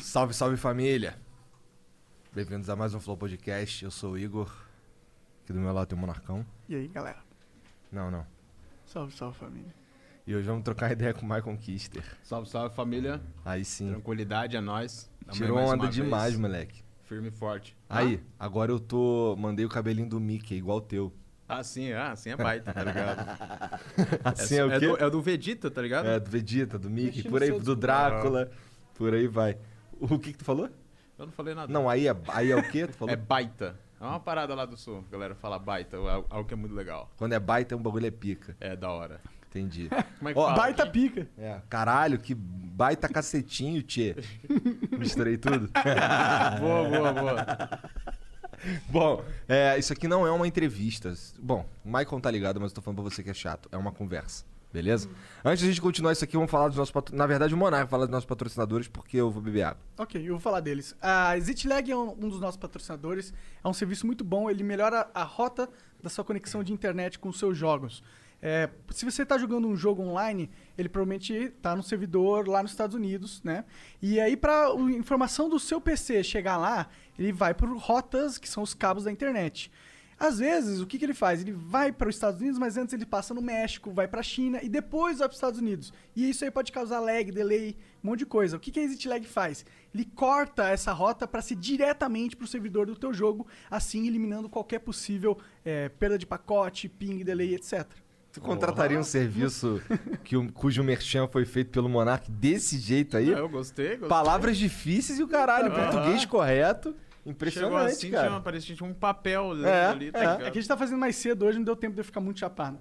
Salve, salve família! Bem-vindos a mais um Flow Podcast. Eu sou o Igor. Aqui do meu lado tem o Monarcão. E aí, galera? Não, não. Salve, salve, família. E hoje vamos trocar ideia com o Michael Kister. Salve, salve família. Aí sim. Tranquilidade é nóis. Tamo aí Tirou mais onda uma demais, vez. moleque. Firme e forte. Aí, agora eu tô. Mandei o cabelinho do Mickey, igual o teu. Ah, sim, ah, assim é baita, tá ligado? Assim é, é o quê? do, é do Vegeta, tá ligado? É, do Vegeta, do Mickey, Mexendo por aí, seu do Drácula. Por aí vai. O que que tu falou? Eu não falei nada. Não, aí é, aí é o quê? Tu falou? Ah. É baita. É uma parada lá do sul, a galera fala baita, é algo que é muito legal. Quando é baita, um bagulho é pica. É da hora. Entendi. Como é que Ó, fala? Baita aqui? pica. É, caralho, que baita cacetinho, tchê. Misturei tudo. Boa, boa, boa. Bom, é, isso aqui não é uma entrevista. Bom, o Maicon tá ligado, mas eu tô falando pra você que é chato. É uma conversa, beleza? Antes de a gente continuar isso aqui, vamos falar dos nossos patrocinadores. Na verdade, o Monarca fala dos nossos patrocinadores porque eu vou beber água. Ok, eu vou falar deles. A ExitLag é um, um dos nossos patrocinadores. É um serviço muito bom. Ele melhora a rota da sua conexão de internet com os seus jogos. É, se você está jogando um jogo online, ele provavelmente está no servidor lá nos Estados Unidos, né? E aí, para a informação do seu PC chegar lá, ele vai por rotas, que são os cabos da internet. Às vezes, o que, que ele faz? Ele vai para os Estados Unidos, mas antes ele passa no México, vai para a China e depois vai para os Estados Unidos. E isso aí pode causar lag, delay, um monte de coisa. O que, que a Exit Lag faz? Ele corta essa rota para ser diretamente para o servidor do teu jogo, assim eliminando qualquer possível eh, perda de pacote, ping, delay, etc. Tu contrataria um serviço que, o- cujo merchan foi feito pelo Monark desse jeito aí? Ah, eu gostei, gostei. Palavras difíceis e o caralho, Aham. português correto. Impressionante, Chegou assim, cara. tinha, parecia que tinha um papel É, ali, tá é. ligado? É que a gente tá fazendo mais cedo hoje, não deu tempo de eu ficar muito chapado.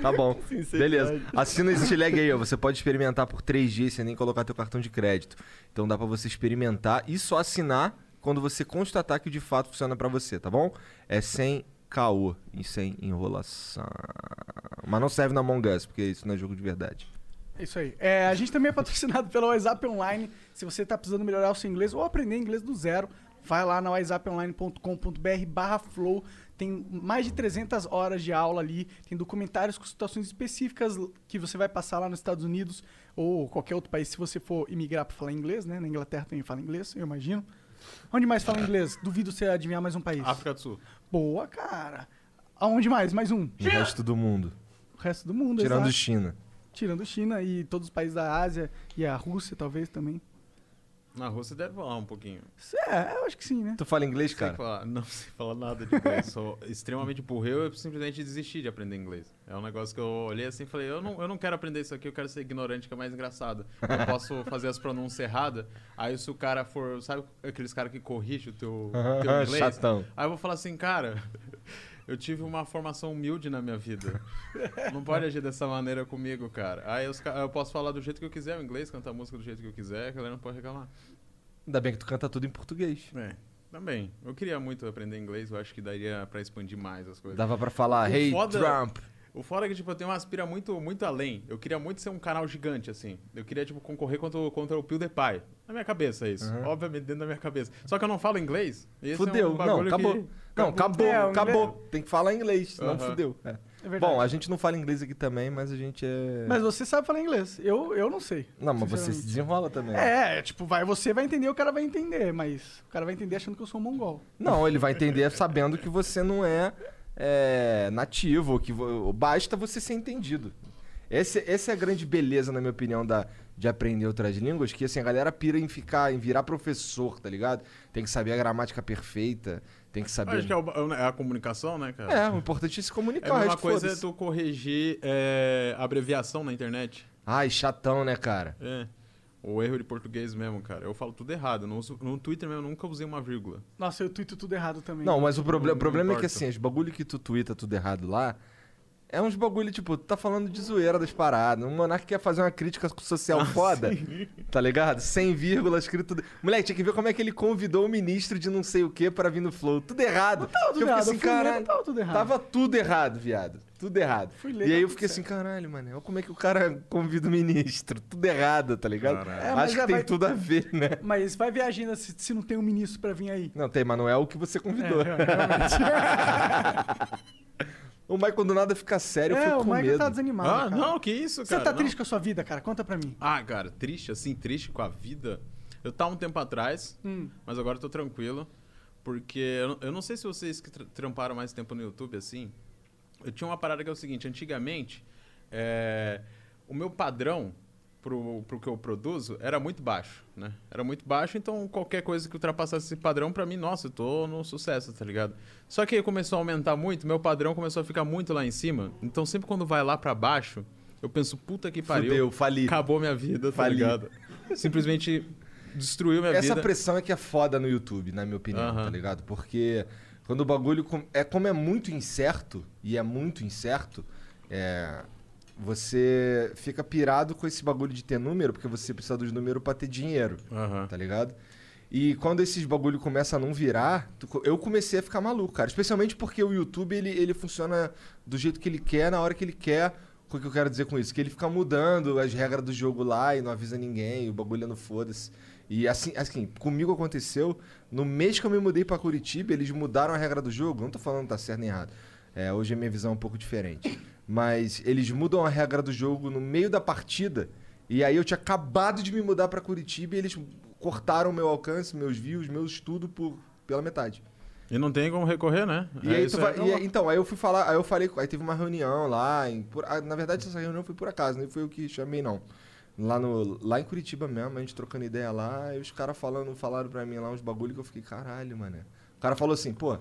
Tá bom. Beleza. Assina esse lag aí, ó. Você pode experimentar por 3 dias sem nem colocar teu cartão de crédito. Então dá pra você experimentar e só assinar quando você constatar que de fato funciona pra você, tá bom? É sem caô e sem enrolação. Mas não serve na Among Us, porque isso não é jogo de verdade. É isso aí. É, a gente também é patrocinado pela WhatsApp Online. Se você está precisando melhorar o seu inglês ou aprender inglês do zero, vai lá na whatsapponline.com.br barra flow. Tem mais de 300 horas de aula ali. Tem documentários com situações específicas que você vai passar lá nos Estados Unidos ou qualquer outro país se você for imigrar para falar inglês, né? Na Inglaterra também fala inglês, eu imagino. Onde mais fala inglês? Duvido você adivinhar mais um país. África do Sul. Boa, cara. Aonde mais? Mais um. No resto do mundo. O resto do mundo, Tirando exato. China. Tirando China e todos os países da Ásia e a Rússia, talvez também. Na Rússia deve falar um pouquinho. Cê- É, eu acho que sim, né? Tu fala inglês, Sei cara? falar- não sei falar nada de inglês. sou extremamente burreu eu simplesmente desisti de aprender inglês. É um negócio que eu olhei assim e falei, eu não, eu não quero aprender isso aqui, eu quero ser ignorante, que é mais engraçado. Eu posso fazer as pronúncias erradas. Aí se o cara for. Sabe aqueles caras que corrige o teu, teu Aham, inglês? Chatão. Aí eu vou falar assim, cara. Eu tive uma formação humilde na minha vida. Não pode agir dessa maneira comigo, cara. Aí os ca- eu posso falar do jeito que eu quiser o inglês, cantar música do jeito que eu quiser, que a galera não pode reclamar. Ainda bem que tu canta tudo em português. É, também. Eu queria muito aprender inglês, eu acho que daria pra expandir mais as coisas. Dava pra falar, O hey foda- Trump. O fora é que, tipo, eu tenho uma aspira muito, muito além. Eu queria muito ser um canal gigante, assim. Eu queria, tipo, concorrer contra, o- contra o PewDiePie. Na minha cabeça, é isso. Aham. Obviamente, dentro da minha cabeça. Só que eu não falo inglês. Esse é um Fudeu. não, bagulho que- acabou. Não, acabou, É, o inglês- acabou. Tem que falar inglês, senão Aham. fudeu. É. É verdade. Bom, a gente não fala inglês aqui também, mas a gente é. Mas você sabe falar inglês. Eu, eu não sei. Não, mas você se né? sinceramente. desenrola também. É, é, tipo, vai, você vai entender, o cara vai entender, mas o cara vai entender achando que eu sou um mongol. Não, ele vai entender sabendo que você não é, é, nativo, que vo- basta você ser entendido. Esse, essa é a grande beleza, na minha opinião, da, de aprender outras línguas, que assim, a galera pira em ficar, em virar professor, tá ligado? Tem que saber a gramática perfeita, tem que saber. Acho que é, o- é a comunicação, né, cara? É, o importante é se É comunicar, a o mesma resto coisa é foda-se. tu corrigir é, abreviação na internet. Ai, chatão, né, cara? É. O erro de português mesmo, cara. Eu falo tudo errado. Eu Não uso, no Twitter mesmo eu nunca usei uma vírgula. Nossa, eu tuito tudo errado também. Não, mas o, proble- Não- não problema é que importa. assim, os bagulho que tu twitta tudo errado lá. É uns bagulho, tipo, tu tá falando de zoeira das paradas. Um monarca quer fazer uma crítica social foda, tá ligado? Sem vírgula, escrito... tudo- Moleque, tinha que ver como é que ele convidou o ministro de não sei o que pra vir no flow. Tudo errado. tava eu tudo fiquei errado. assim, eu fui ler, não caralho... tava tudo errado. Tava tudo errado, viado. Tudo errado. Fui ler, e tá aí eu tudo fiquei assim, certo. caralho, mano, olha como é que o cara convida o ministro. Tudo errado, tá ligado? Caralho. É, mas Acho que já tem vai- tudo a ver, né? Mas vai ver a agenda se, se não tem um ministro pra vir aí. Não, tem, mas não é o que você É, convidou. realmente. O Michael do nada fica sério, eu é, fico o com Michael medo. tá desanimado. Ah, cara. não, que isso, Você cara. tá não. triste com a sua vida, cara? Conta pra mim. Ah, cara, triste, assim, triste com a vida. Eu tava um tempo atrás, Hum. mas agora eu tô tranquilo. Porque eu, não- eu não sei se vocês que tra- tramparam mais tempo no YouTube, assim. Eu tinha uma parada que é o seguinte: antigamente, é, o meu padrão pro, pro que eu produzo era muito baixo, né? Era muito baixo, então qualquer coisa que ultrapassasse esse padrão, pra mim, nossa, eu tô no sucesso, tá ligado? Só que aí começou a aumentar muito, meu padrão começou a ficar muito lá em cima. Então sempre quando vai lá pra baixo, eu penso, puta que pariu. Fudeu, fali. Acabou minha vida, tá Fali. ligado? Simplesmente destruiu minha Essa vida. pressão é que é foda no YouTube, na minha opinião, Aham. tá ligado? Porque quando o bagulho. com- É como é muito incerto, e é muito incerto, é, você fica pirado com esse bagulho de ter número, porque você precisa dos números pra ter dinheiro, Aham. tá ligado? E quando esses bagulho começa a não virar, tu co- eu comecei a ficar maluco, cara. Especialmente porque o YouTube, ele, ele funciona do jeito que ele quer, na hora que ele quer. O que eu quero dizer com isso? Que ele fica mudando as regras do jogo lá e não avisa ninguém, e o bagulho é no foda-se. E assim, assim, comigo aconteceu, no mês que eu me mudei pra Curitiba, eles mudaram a regra do jogo. Não tô falando que tá certo nem errado. É, hoje a minha visão é um pouco diferente. Mas eles mudam a regra do jogo no meio da partida. E aí eu tinha acabado de me mudar pra Curitiba e eles cortaram meu alcance, meus views, meu estudo por, pela metade. E não tem como recorrer, né? E É aí, tu isso vai- aí. e aí- então, aí eu fui falar, aí eu falei, aí teve uma reunião lá, em- por- ah, na verdade essa reunião foi por acaso, nem foi eu que chamei não. Lá, no, lá em Curitiba mesmo, a gente trocando ideia lá, e os caras falando, falaram pra mim lá uns bagulho que eu fiquei, caralho, mano. O cara falou assim, pô,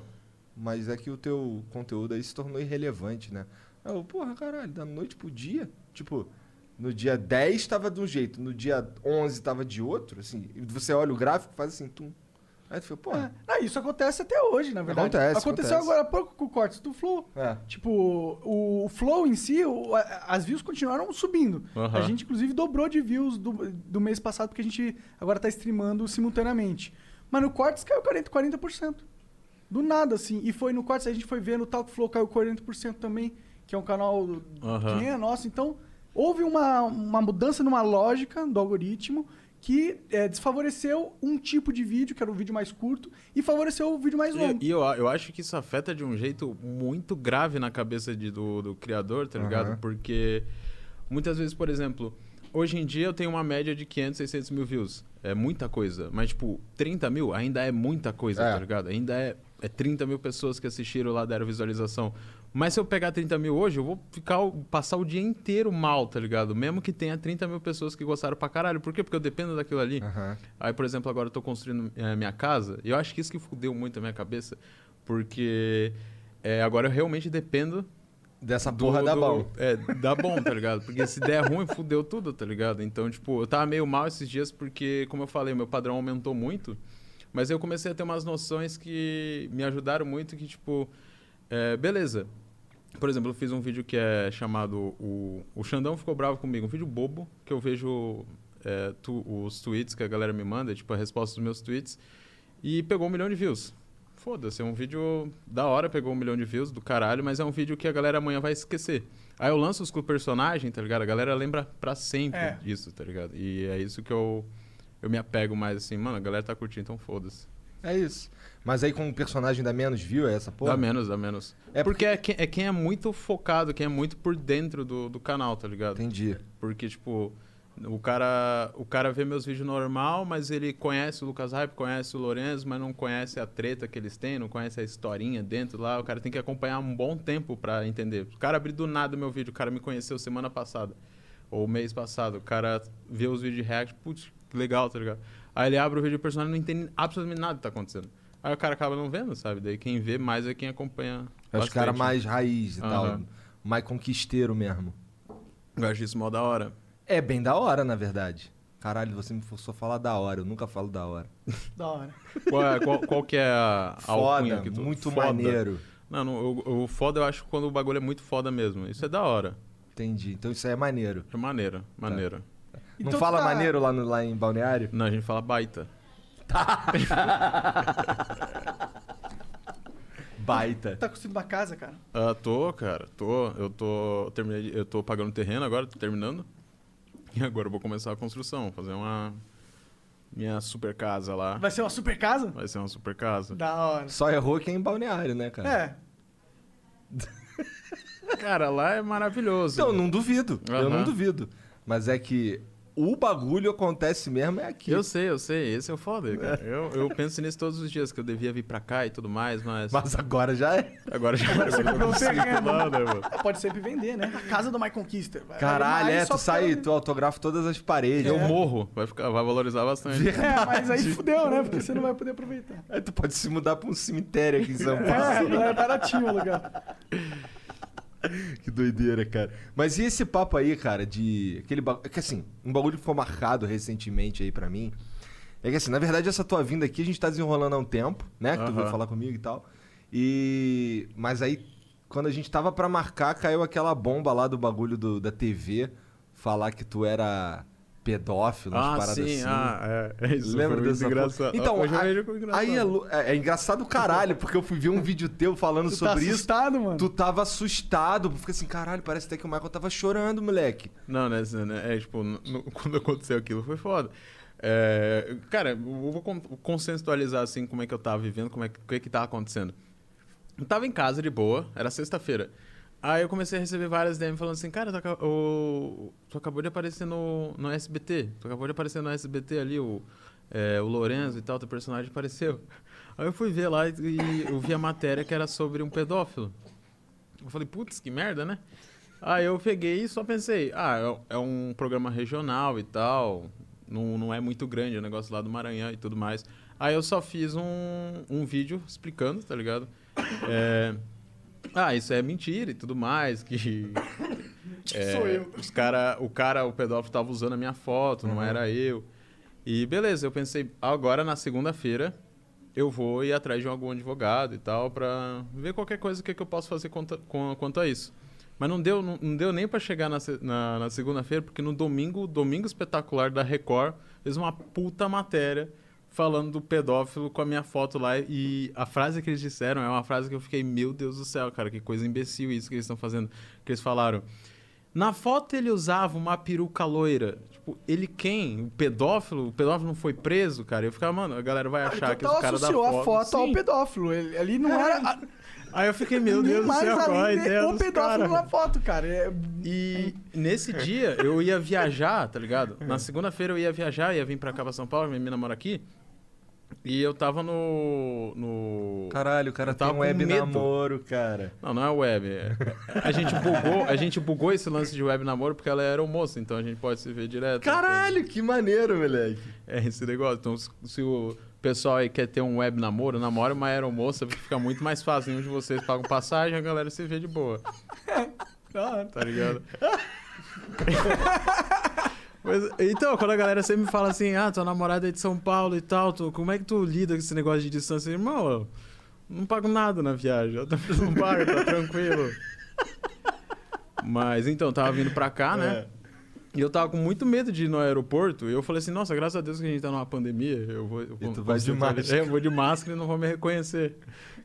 mas é que o teu conteúdo aí se tornou irrelevante, né? Aí Eu, porra, caralho, da noite pro dia, tipo, no dia 10 tava de um jeito, no dia 11 tava de outro, assim, e você olha o gráfico, faz assim, tum. Aí tu fica, porra, É. Ah, isso acontece até hoje, na verdade. Acontece, Aconteceu acontece. agora há pouco com o cortes do Flow. é. Tipo, o, o Flow em si, o- a- as views continuaram subindo. Aham. A gente, inclusive, dobrou de views do, do mês passado, porque a gente agora tá streamando simultaneamente. Mas no Cortes caiu 40%. 40%. Do nada, assim. E foi no Cortes, a gente foi ver no Talk Flow caiu 40% também, que é um canal Aham. que nem é nosso. Então, houve uma, uma mudança numa lógica do algoritmo que eh, desfavoreceu um tipo de vídeo, que era o vídeo mais curto, e favoreceu o vídeo mais longo. E, e eu, a- eu acho que isso afeta de um jeito muito grave na cabeça de- do, do criador, tá ligado? Aham. Porque muitas vezes, por exemplo, hoje em dia eu tenho uma média de 500, 600 mil views. É muita coisa. Mas, tipo, 30 mil ainda é muita coisa, É. tá ligado? Ainda é, é 30 mil pessoas que assistiram lá, deram visualização. Mas se eu pegar 30 mil hoje, eu vou ficar, o- passar o dia inteiro mal, tá ligado? Mesmo que tenha 30 mil pessoas que gostaram pra caralho. Por quê? Porque eu dependo daquilo ali. É, Aham. Aí, por exemplo, agora eu tô construindo eh, minha casa, e eu acho que isso que fudeu muito a minha cabeça, porque eh, agora eu realmente dependo Dessa do- porra da do- bom. É, dá bom, tá ligado? Porque se der ruim, fudeu tudo, tá ligado? Então, tipo, eu tava meio mal esses dias porque, como eu falei, meu padrão aumentou muito. Mas eu comecei a ter umas noções que me ajudaram muito, que, tipo, é, beleza. Por exemplo, eu fiz um vídeo que é chamado O, o Xandão Ficou Bravo Comigo. Um vídeo bobo, que eu vejo é, tu- os tweets que a galera me manda, tipo, a resposta dos meus tweets. E pegou um milhão de views. Foda-se, é um vídeo da hora, pegou um milhão de views, do caralho, mas é um vídeo que a galera amanhã vai esquecer. Aí eu lanço os com o personagem, tá ligado? A galera lembra pra sempre É. disso, tá ligado? E é isso que eu, eu me apego mais, assim, mano, a galera tá curtindo, então foda-se. É isso. Mas aí com o personagem da menos view, é essa porra? Dá menos, dá menos. É É porque é quem é, quem é muito focado, quem é muito por dentro do, do canal, tá ligado? Entendi. É Porque, tipo, o cara, o cara vê meus vídeos normal, mas ele conhece o Lucas Hype, conhece o Lourenço, mas não conhece a treta que eles têm, não conhece a historinha dentro lá. O cara tem que acompanhar um bom tempo pra entender. O cara abriu do nada meu vídeo, o cara me conheceu semana passada, ou mês passado. O cara vê os vídeos de react, putz, que legal, tá ligado? Aí ele abre o vídeo do personagem e não entende absolutamente nada que tá acontecendo. Aí o cara acaba não vendo, sabe? Daí quem vê mais é quem acompanha. É os bastante, caras né? mais raiz e tal. Aham. Mais conquisteiro mesmo. Eu acho isso mó da hora. É bem da hora, na verdade. Caralho, você me forçou a falar da hora. Eu nunca falo da hora. Da hora. Qual, é- qual- qual que é a, a alcunha Foda, que tu... muito Foda. maneiro. Não, não o, o foda eu acho quando o bagulho é muito foda mesmo. Isso é da hora. Entendi. Então isso aí é maneiro. É Tá. maneiro, maneiro. Então não fala tá- maneiro lá, no- lá em Balneário? Não, a gente fala baita. Baita. Tá construindo uma casa, cara? Ah, tô, cara, tô. Eu tô. eu terminei, de- eu tô pagando terreno agora, tô terminando. E agora eu vou começar a construção, fazer uma. Minha super casa lá. Vai ser uma super casa? Vai ser uma super casa. Da hora. É. Só errou quem é em Balneário, né, cara? É. Cara, lá é maravilhoso. Então, eu não duvido. Eu Aham. não duvido. Mas é que o bagulho acontece mesmo é aqui. Eu sei, eu sei. Esse é o foda, cara. Eu, eu penso nisso todos os dias, que eu devia vir pra cá e tudo mais, mas... Mas agora já é. Agora já agora eu não consigo né, nada, mano. Pode sempre vender, né? A casa do My Conquista. Vai- Caralho, aí é, só tu sai, fica- tu autografa todas as paredes. Eu né? morro. Vai, ficar, vai valorizar bastante. É, mas aí fudeu, né? Porque você não vai poder aproveitar. Aí tu pode se mudar pra um cemitério aqui em São Paulo. É, não é baratinho o lugar. que doideira, cara. Mas e esse papo aí, cara, de. Aquele bagulho. Que assim, um bagulho que foi marcado recentemente aí pra mim. É que assim, na verdade, essa tua vinda aqui a gente tá desenrolando há um tempo, né? Que tu veio Aham. falar comigo e tal. E. Mas aí, quando a gente tava pra marcar, caiu aquela bomba lá do bagulho do- da TV falar que tu era pedófilo, umas Ah, paradas sim. assim. Ah, é. é Isso Lembra foi muito dessa engraçado. porra? Então, Hoje eu a- vejo como engraçado. Aí é, lou- é- é engraçado caralho, porque eu fui ver um vídeo teu falando Tu tá sobre isso. assustado, mano? Tu tava assustado, fica assim, caralho, parece até que o Michael tava chorando, moleque. Não, né? assim, né, É, tipo, no- no- quando aconteceu aquilo foi foda. É, cara, eu vou con- consensualizar assim como é que eu tava vivendo, como é que, o que que tava acontecendo. Eu tava em casa de boa, era sexta-feira. Aí eu comecei a receber várias DM falando assim, cara, tu, aca- o- tu acabou de aparecer no, no SBT. Tu acabou de aparecer no SBT ali, o, é, o Lorenzo e tal, teu personagem apareceu. Aí eu fui ver lá e, e eu vi a matéria que era sobre um pedófilo. Eu falei, putz, que merda, né? Aí eu peguei e só pensei, ah, é é um programa regional e tal, não, não é muito grande, é um negócio lá do Maranhão e tudo mais. Aí eu só fiz um, um vídeo explicando, tá ligado? É, ah, isso é mentira e tudo mais, que... é, Sou eu. Os cara, o cara, o pedófilo tava usando a minha foto, não era eu. E beleza, eu pensei, agora na segunda-feira eu vou ir atrás de algum advogado e tal pra ver qualquer coisa o que, que eu posso fazer quanto, com- quanto a isso. Mas não deu, não, não deu nem pra chegar na, se- na- na segunda-feira, porque no domingo, o domingo espetacular da Record, fez uma puta matéria falando do pedófilo com a minha foto lá. E a frase que eles disseram é uma frase que eu fiquei, meu Deus do céu, cara, que coisa imbecil isso que eles estão fazendo. Que eles falaram. Na foto ele usava uma peruca loira. Tipo, ele quem? O pedófilo? O pedófilo não foi preso, cara? Eu ficava, mano, a galera vai achar que Total esse cara da Ah, então associou foto... a foto ao Sim. pedófilo. Ele, ali não era. Aí eu fiquei, nem meu Deus do mais céu, qual a além de ideia o dos pedófilo caras? na foto, cara. É- E nesse dia eu ia viajar, tá ligado? Na segunda-feira eu ia viajar, ia vir pra cá pra São Paulo, minha menina mora aqui. E eu tava no. no... Caralho, o cara Eu tem tava um com web medo. namoro, cara. Não, não é web. é- A gente bugou, a gente bugou esse lance de web namoro porque ela era moça, então a gente pode se ver direto. né? Caralho, que maneiro, moleque. É esse negócio. Então, se- se o pessoal aí quer ter um web namoro, namora uma aeromoça, porque fica muito mais fácil. Nenhum de vocês pagam passagem, a galera se vê de boa. Ah, tá ligado? Mas, então, quando a galera sempre me fala assim, ah, tua namorada é de São Paulo e tal, tu- como é que tu lida com esse negócio de distância? Irmão, eu não pago nada na viagem, eu também não pago, tá tranquilo. Mas então, tava vindo pra cá, né? É. E eu tava com muito medo de ir no aeroporto. E eu falei assim, nossa, graças a Deus que a gente tá numa pandemia. Eu vou, eu E vou- tu vai de vou- máscara. É, eu vou de máscara e não vão me reconhecer.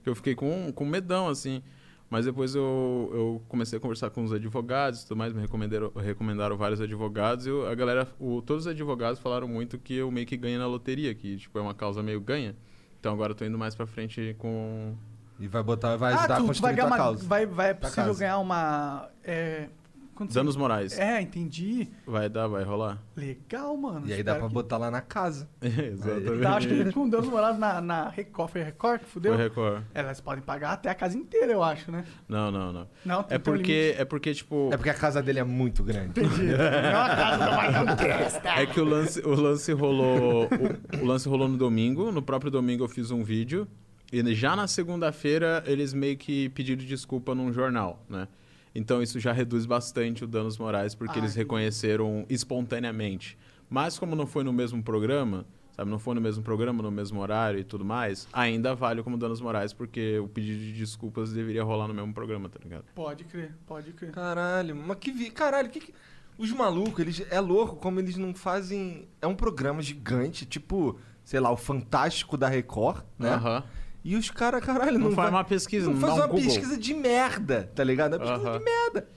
Eu fiquei com, com medão, assim. Mas depois eu, eu comecei a conversar com os advogados e tudo mais, me recomendaram, recomendaram vários advogados e eu- a galera, o- todos os advogados falaram muito que eu meio que ganho na loteria, que tipo, é uma causa meio ganha. Então agora eu tô indo mais pra frente com. E vai botar, vai ajudar Ah, tu- a tu vai construir ganhar tua uma- causa. Vai, vai, é possível causa. ganhar uma. É, quando você- Danos morais. É, entendi. Vai dar, vai rolar. Legal, mano. E aí dá Espero pra que- botar lá na casa. Exatamente. Tá, acho que com Deus morado na, na Record, foi Record que fudeu? Foi Record. Elas podem pagar até a casa inteira, eu acho, né? Não, não, não. Não, tem É que ter um porque, é porque, tipo. É porque a casa dele é muito grande. limite. Não, a casa do Maicon. É que o lance, o lance rolou. O, o lance rolou no domingo. No próprio domingo eu fiz um vídeo. E já na segunda-feira eles meio que pediram desculpa num jornal, né? Então isso já reduz bastante o danos morais, porque Ah, eles entendi. reconheceram espontaneamente. Mas como não foi no mesmo programa, sabe, não foi no mesmo programa, no mesmo horário e tudo mais, ainda vale como danos morais, porque o pedido de desculpas deveria rolar no mesmo programa, tá ligado? Pode crer, pode crer. Caralho, mas que vi. Caralho, que, que- Os malucos, eles. É louco como eles não fazem. É um programa gigante, tipo, sei lá, o Fantástico da Record, né? Aham. E os caras, caralho, Não, não, faz vai- uma pesquisa, não não, faz dá um uma Google. pesquisa de merda, tá ligado? É uma pesquisa Aham. de merda.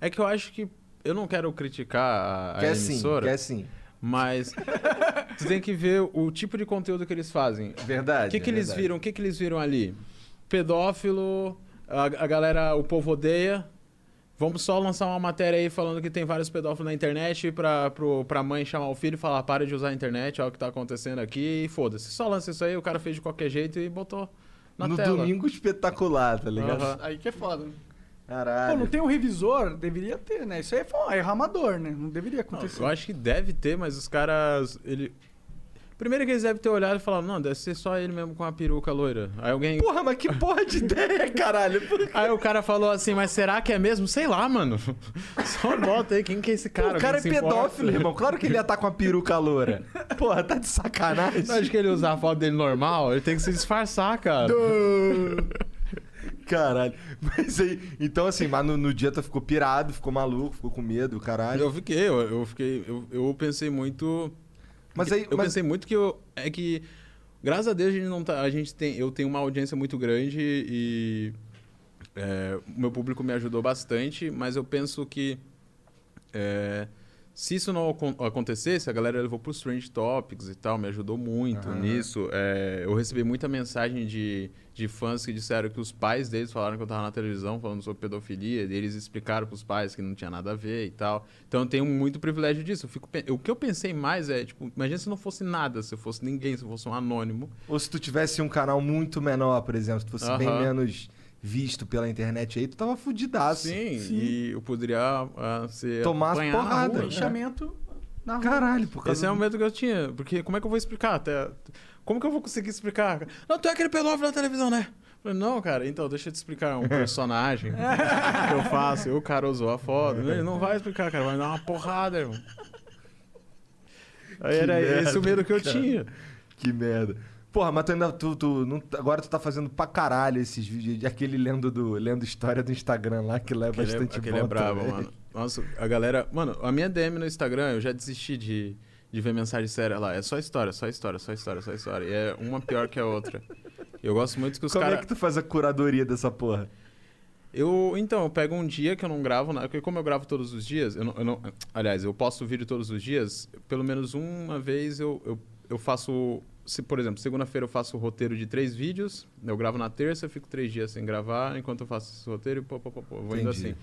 É que eu acho que. Eu não quero criticar a, a Quer sim, emissora, quer sim. mas tu tem que ver o tipo de conteúdo que eles fazem. Verdade. O que, que é eles verdade. viram? O que, que eles viram ali? Pedófilo, a, a galera, o povo odeia. Vamos só lançar uma matéria aí falando que tem vários pedófilos na internet pra, pro, pra mãe chamar o filho e falar, para de usar a internet, olha o que tá acontecendo aqui e foda-se. Só lança isso aí, o cara fez de qualquer jeito e botou na no tela. domingo espetacular, tá ligado? Aham. Aí que é foda, né? Caralho. Pô, não tem um revisor? Deveria ter, né? Isso aí foi um erro amador, né? Não deveria Não, acontecer. eu acho que deve ter, mas os caras. Ele... Primeiro que eles devem ter olhado e falado, não, deve ser só ele mesmo com a peruca loira. Aí alguém. Porra, mas que porra de ideia, caralho. Aí o cara falou assim, mas será que é mesmo? Sei lá, mano. Só bota aí, quem que é esse cara? o cara é Alguém se importa? pedófilo, irmão. Claro que ele ia estar com a peruca loura. Porra, tá de sacanagem. Você acha que ele usar a foto dele normal? Ele tem que se disfarçar, cara. Caralho. Mas aí, então assim, mas no, no dia tu ficou pirado, ficou maluco, ficou com medo, caralho. Eu fiquei, eu, eu fiquei. Eu, eu pensei muito. Mas aí, Eu mas, pensei muito que eu. É que. Graças a Deus a gente não tá. A gente tem. Eu tenho uma audiência muito grande e. é, o meu público me ajudou bastante, mas eu penso que. é, se isso não acon- acontecesse, a galera levou para os Strange Topics e tal, me ajudou muito nisso. É, eu recebi muita mensagem de, de fãs que disseram que os pais deles falaram que eu estava na televisão falando sobre pedofilia, e eles explicaram para os pais que não tinha nada a ver e tal. Então eu tenho muito privilégio disso. Eu fico pe- o que eu pensei mais é, tipo, imagina se não fosse nada, se eu fosse ninguém, se eu fosse um anônimo. ou se tu tivesse um canal muito menor, por exemplo, se tu fosse bem Aham. menos visto pela internet aí, tu tava fudidaço. Sim, sim. e eu poderia ah, ser Ah, Tomar as apanhado na porradas. rua. É. né? Linchamento na rua. Caralho, por causa Esse é o do- medo que eu tinha, porque como é que eu vou explicar? Até- Como que eu vou conseguir explicar? Não, tu é aquele pedófilo da televisão, né? Eu Falei, não, cara, então, deixa eu te explicar. É um personagem que eu faço, e o cara usou a foto. Ele não vai explicar, cara, vai dar uma porrada, irmão. Aí Que era esse merda, o medo que eu cara. tinha. Que merda. Porra, mas tu ainda. Tu, tu não- agora tu tá fazendo pra caralho esses vídeos. de Aquele lendo, do, lendo história do Instagram lá, que lá é Aquele é- bastante aquele bom. é brabo, também. mano. Nossa, a galera. Mano, a minha DM no Instagram, eu já desisti de, de ver mensagem séria lá. É só história, só história, só história, só história. E é uma pior que a outra. Eu gosto muito que os Como caras. é que tu faz a curadoria dessa porra? Eu, então, eu pego um dia que eu não gravo, nada, porque como eu gravo todos os dias, eu não, eu não- aliás, eu posto vídeo todos os dias, pelo menos uma vez eu, eu, eu faço, se, por exemplo, segunda-feira eu faço o roteiro de três vídeos, eu gravo na terça, eu fico três dias sem gravar, enquanto eu faço esse roteiro, e pô, pô, pô, pô, vou indo Entendi. assim.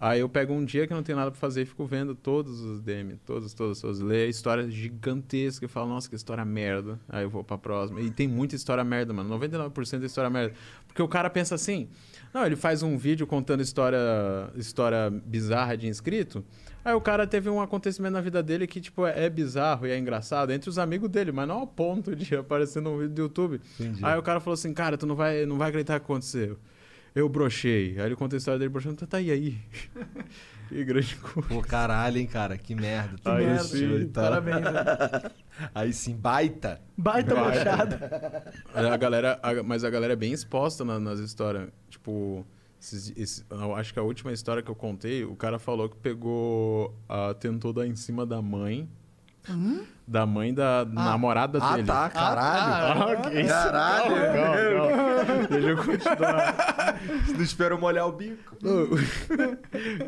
Aí eu pego um dia que não tem nada pra fazer e fico vendo todos os DM, todos, todos, todos. Leio história gigantesca e falo, nossa, que história merda. Aí eu vou pra próxima. E tem muita história merda, mano. 99% da é história merda. Porque o cara pensa assim, não, ele faz um vídeo contando história, história bizarra de inscrito. Aí o cara teve um acontecimento na vida dele que, tipo, é é bizarro e é engraçado entre os amigos dele, mas não ao ponto de aparecer num vídeo do YouTube. Entendi. Aí o cara falou assim, cara, tu não vai, não vai acreditar o que aconteceu. Eu brochei. Aí ele conta a história dele brochando, tá, tá e aí? que grande coisa. Pô, caralho, hein, cara? Que merda. então. Tu Aí broxou sim, tá. e tal. Parabéns, velho. Aí sim, baita. Baita Baita. brochada. É, A galera, a- mas a galera é bem exposta na- nas histórias. Tipo, esses- esse- eu acho que a última história que eu contei, o cara falou que pegou. ah, tentou dar em cima da mãe. Da mãe da namorada Ah, dele. tá, caralho. Ah, ok. Caralho. Calma, calma. Deixa eu continuar. Não espero molhar o bico.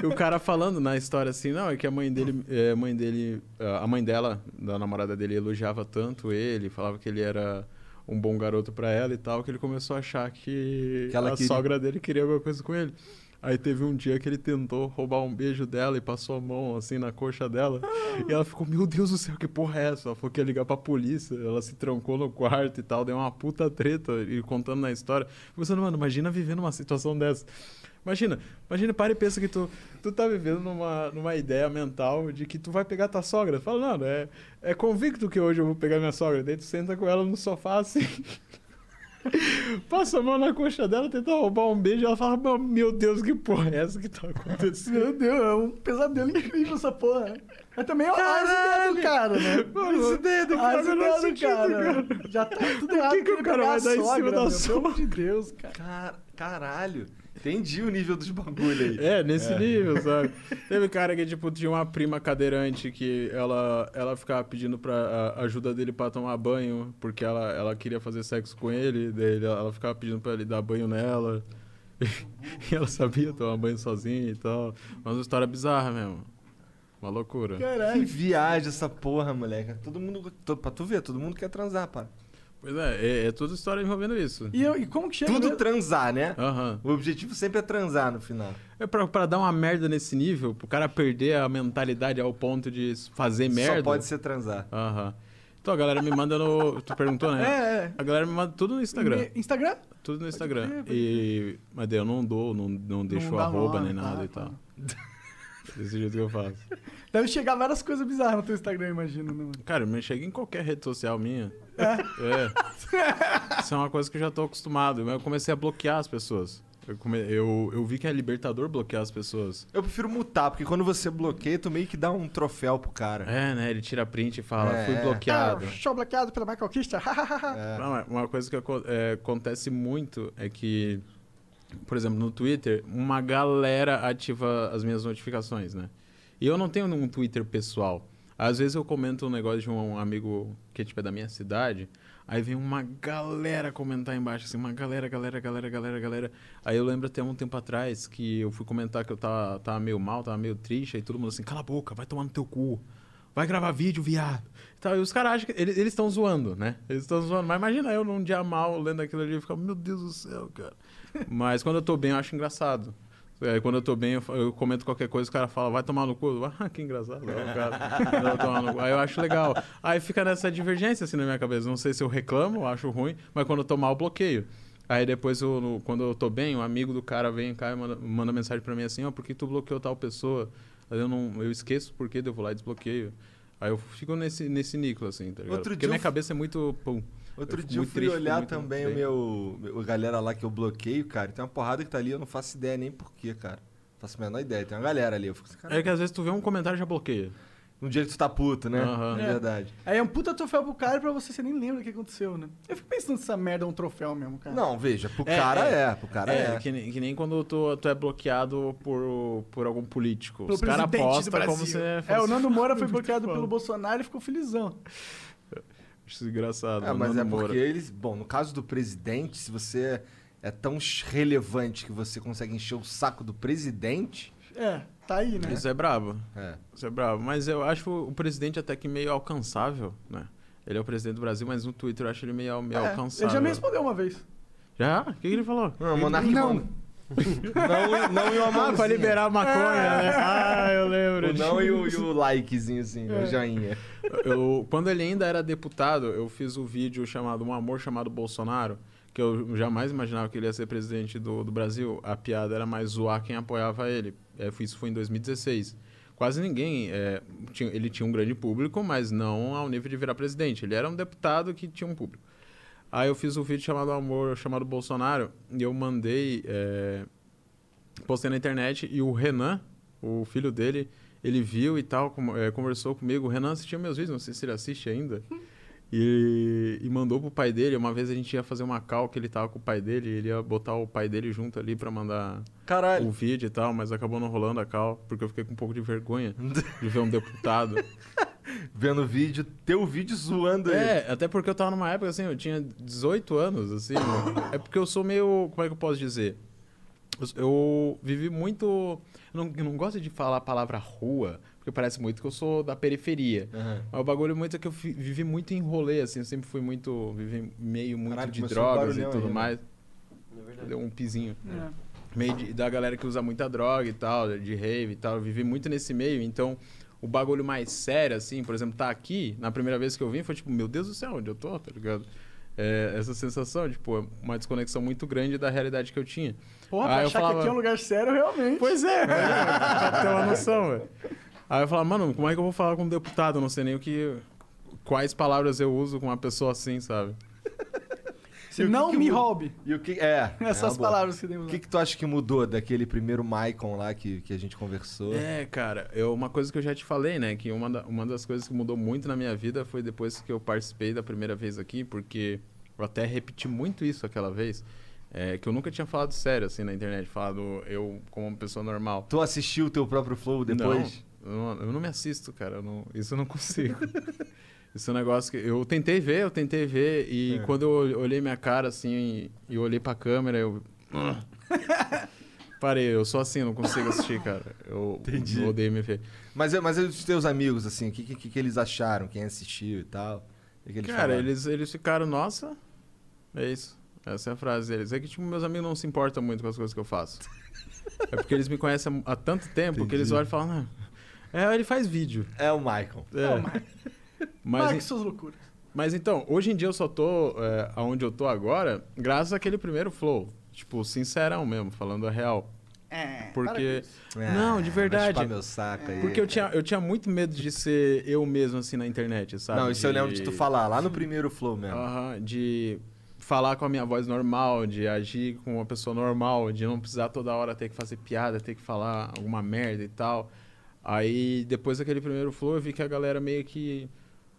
E o cara falando na história assim, não, é que a mãe dele, é, a mãe dele, é, a mãe dela, da namorada dele, elogiava tanto ele, falava que ele era um bom garoto pra ela e tal, que ele começou a achar que, Que ela a queria- sogra dele queria alguma coisa com ele. Aí teve um dia que ele tentou roubar um beijo dela e passou a mão assim na coxa dela. E ela ficou, meu Deus do céu, que porra é essa? Ela falou que ia ligar pra polícia. Ela se trancou no quarto e tal, deu uma puta treta e contando na história. Fico Pensando, mano, imagina vivendo uma situação dessa. Imagina, imagina, para e pensa que tu, tu tá vivendo numa, numa ideia mental de que tu vai pegar tua sogra. Fala, não, é, é convicto que hoje eu vou pegar minha sogra. Daí tu senta com ela no sofá assim. Passa a mão na coxa dela, tenta roubar um beijo. Ela fala, "Mas, meu Deus, que porra é essa que tá acontecendo? Meu Deus, é um pesadelo incrível essa porra. Mas também é o ideia do cara, né? Mano, ideia do A cara, ideia não do sentido, cara. Já tá tudo errado. que o querer cara pegar vai a dar em cima sogra, da meu, sogra? Pelo amor de Deus, cara. Car- Caralho. Entendi o nível dos bagulho aí. É, nesse nível, sabe? Teve cara que, tipo, tinha uma prima cadeirante que ela, ela ficava pedindo pra a- ajuda dele pra tomar banho, porque ela, ela queria fazer sexo com ele, daí ele- ela ficava pedindo pra ele dar banho nela. E ela sabia tomar banho sozinha e tal. Mas uma história bizarra mesmo. Uma loucura. Que Caralho. viagem essa porra, moleca. Todo mundo. to- Pra tu ver, todo mundo quer transar, pá. Pois é, é, é toda história envolvendo isso. E, eu- e como que chega... Tudo mesmo? transar, né? Aham. O objetivo sempre é transar no final. É pra, pra dar uma merda nesse nível, pro cara perder a mentalidade ao ponto de fazer merda. Só pode ser transar. Aham. Então a galera me manda no. Tu perguntou, né? É, é. A galera me manda tudo no Instagram. Me- Instagram? Tudo no Instagram. crer, pode e. Mas daí eu não dou, não, não deixo dá arroba nome, nem tá, nada e tá. tal. Desse jeito que eu faço. Deve chegar várias coisas bizarras no teu Instagram, eu imagino. né, mano? Cara, me chega em qualquer rede social minha. É. Isso é uma coisa que eu já tô acostumado. Eu comecei a bloquear as pessoas. Eu, come- eu, eu vi que é libertador bloquear as pessoas. Eu prefiro mutar, porque quando você bloqueia, tu meio que dá um troféu pro cara. É, né? Ele tira print e fala, É, fui é. bloqueado. Ah, show bloqueado pela Michael Kista. É. Não, é, uma coisa que aco- é, acontece muito é que, por exemplo, no Twitter, uma galera ativa as minhas notificações, né? E eu não tenho um Twitter pessoal. Às vezes eu comento um negócio de um amigo que tipo, é da minha cidade, aí vem uma galera comentar embaixo, assim, uma galera, galera, galera, galera, galera. Aí eu lembro até um tempo atrás que eu fui comentar que eu tava, tava meio mal, tava meio triste, aí todo mundo assim, cala a boca, vai tomar no teu cu. Vai gravar vídeo, viado. E tal, e os caras acham que. Eles estão zoando, né? Eles estão zoando. Mas imagina eu num dia mal lendo aquilo ali e ficar, meu Deus do céu, cara. Mas quando eu tô bem, eu acho engraçado. É, quando eu tô bem, eu, fa- eu comento qualquer coisa, o cara fala, vai tomar no cu. Eu, Ah, que engraçado. ó, o cara, vai tomar no cu. Aí eu acho legal. Aí fica nessa divergência assim na minha cabeça. Não sei se eu reclamo, eu acho ruim, mas quando eu tô mal, eu bloqueio. Aí depois, eu, no- quando eu tô bem, um amigo do cara vem cá e manda, manda mensagem pra mim assim, ó, por que tu bloqueou tal pessoa? Aí eu, não, eu esqueço por que, daí eu vou lá e desbloqueio. Aí eu fico nesse, nesse nículo, assim, tá ligado? Outro Porque dia eu minha f- cabeça é muito... Pum, Outro Eu fico dia eu muito fui triste, fico olhar muito também o bem. meu. meu- A galera lá que eu bloqueio, cara. Tem uma porrada que tá ali, eu não faço ideia nem porquê, cara. Não faço a menor ideia. Tem uma galera ali. Eu fico assim, cara. É que às vezes tu vê um comentário e já bloqueia. Um dia que tu tá puto, né? Aham. É verdade. Aí é um puta troféu pro cara e pra você, você nem lembra o que aconteceu, né? Eu fico pensando se essa merda é um troféu mesmo, cara. Não, veja, pro É, cara é, é. pro cara é. é, Que, nem, que nem quando tu, tu é bloqueado por, por algum político. Pelo Os caras presidente do apostam como Brasil. se né, É, o fosse- Nando Moura foi bloqueado foda. pelo Bolsonaro e ficou felizão. Acho engraçado. É, o mas Nando é Moura. porque eles. Bom, no caso do presidente, se você é tão relevante que você consegue encher o saco do presidente. É, tá aí, né? Isso é brabo. É. Isso é brabo. Mas eu acho o presidente até que meio alcançável, né? Ele é o presidente do Brasil, mas no Twitter eu acho ele meio, meio É, alcançável. Ele já me respondeu uma vez. Já? O que, que ele falou? Não, monarca não. não. Não e uma Ah, mãozinha. pra liberar a maconha, É. né? Ah, eu lembro. O não e o, e o likezinho, assim, É. o joinha. Eu- quando ele ainda era deputado, eu fiz um vídeo chamado Um Amor Chamado Bolsonaro, que eu jamais imaginava que ele ia ser presidente do, do Brasil. A piada era mais zoar quem apoiava ele. É, foi- isso foi em 2016. Quase ninguém. é, tinha- ele tinha um grande público, mas não ao nível de virar presidente. Ele era um deputado que tinha um público. Aí eu fiz um vídeo chamado Amor Chamado Bolsonaro e eu mandei. é, postei na internet e o Renan, o filho dele, ele viu e tal, com- eh, conversou comigo. O Renan assistia meus vídeos, não sei se ele assiste ainda. E, e mandou pro pai dele. Uma vez a gente ia fazer uma call que ele tava com o pai dele, e ele ia botar o pai dele junto ali pra mandar Caralho. o vídeo e tal, mas acabou não rolando a call, porque eu fiquei com um pouco de vergonha de ver um deputado. Vendo o vídeo, teu vídeo zoando ele. É, até porque eu tava numa época assim, eu tinha 18 anos, assim. né? é porque eu sou meio. Como é que eu posso dizer? Eu, eu vivi muito. Eu não, eu não gosto de falar a palavra rua, porque parece muito que eu sou da periferia. Aham. Mas o bagulho muito é que eu fi- vivi muito em rolê, assim. Eu sempre fui muito. Vivi meio muito Caralho, de começou um drogas e barulhão tudo aí, né? mais. Deu um pizinho É. meio de- da galera que usa muita droga e tal, de rave e tal. Eu vivi muito nesse meio, então o bagulho mais sério, assim, por exemplo, tá aqui, na primeira vez que eu vim, foi tipo, meu Deus do céu, onde eu tô, tá ligado? É, essa sensação, tipo, é uma desconexão muito grande da realidade que eu tinha. Porra, Aí pra eu achar que falava- aqui é um lugar sério, realmente. Pois é, velho, pra ter uma noção, velho. Aí eu falava, mano, como é que eu vou falar com um deputado? Eu não sei nem o que. Quais palavras eu uso com uma pessoa assim, sabe? E o que não que me o- roube. E o que. É. é Essas uma boa. palavras que O né? temos lá. que, que tu acha que mudou daquele primeiro Maicon lá que, que a gente conversou? É, cara, eu, uma coisa que eu já te falei, né? Que uma, da- uma das coisas que mudou muito na minha vida foi depois que eu participei da primeira vez aqui, porque eu até repeti muito isso aquela vez, é, que eu nunca tinha falado sério assim na internet, falado eu como uma pessoa normal. Tu assistiu o teu próprio flow depois? Não, eu, não, eu não me assisto, cara, eu não- isso eu não consigo. Isso é um negócio que eu tentei ver, eu tentei ver, e É. quando eu olhei minha cara assim e, e olhei pra câmera, eu. Parei, eu sou assim, eu não consigo assistir, cara. Eu, Entendi. eu odeio me ver. é, Mas, eu- mas e os teus amigos, assim, o que, que, que eles acharam? Quem assistiu e tal? O que que eles Cara, falaram? eles, eles ficaram, nossa. É isso. Essa é a frase deles. É que, tipo, meus amigos não se importam muito com as coisas que eu faço. é porque eles me conhecem há tanto tempo que eles Entendi. olham e falam, "Ah, é, ele faz vídeo. É o Michael. É. Mas mas, que suas loucuras. mas então, hoje em dia eu só tô é, aonde eu tô agora, graças àquele primeiro flow. Tipo, sincerão mesmo, falando a real. É, Porque- para com isso. Não, de vai verdade. chupar Ah, meu saco aí. Porque eu tinha, eu tinha muito medo de ser eu mesmo, assim, na internet, sabe? Não, isso eu lembro de tu falar lá no primeiro flow É. mesmo. Aham, de falar com a minha voz normal, de agir com uma pessoa normal, de não precisar toda hora ter que fazer piada, ter que falar alguma merda e tal. Aí, depois daquele primeiro flow, eu vi que a galera meio que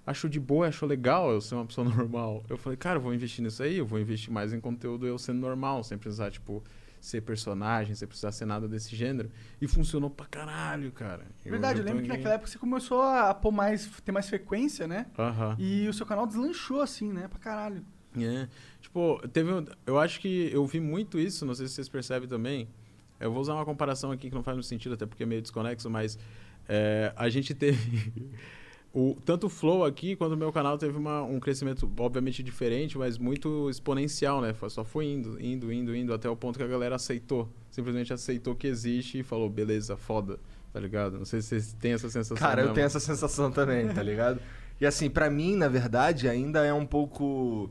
achou de boa, achou legal eu ser uma pessoa normal. Eu falei, cara, eu vou investir nisso aí, eu vou investir mais em conteúdo eu sendo normal, sem precisar, tipo, ser personagem, sem precisar ser nada desse gênero. E funcionou pra caralho, cara. Verdade, eu lembro que naquela época você começou a pôr mais, ter mais frequência, né? época... Aham. E o seu canal deslanchou assim, né? Pra caralho. É. Tipo, teve um- Eu acho que eu vi muito isso, não sei se vocês percebem também. Eu vou usar uma comparação aqui que não faz muito sentido, até porque é meio desconexo, mas é, a gente teve. o, tanto o Flow aqui quanto o meu canal teve uma- um crescimento, obviamente, diferente, mas muito exponencial, né? Foi- Só foi indo, indo, indo, indo, até o ponto que a galera aceitou. Simplesmente aceitou que existe e falou, beleza, foda, tá ligado? Não sei se vocês têm essa sensação. Cara, eu mesmo. tenho essa sensação também, tá ligado? E assim, pra mim, na verdade, ainda é um pouco.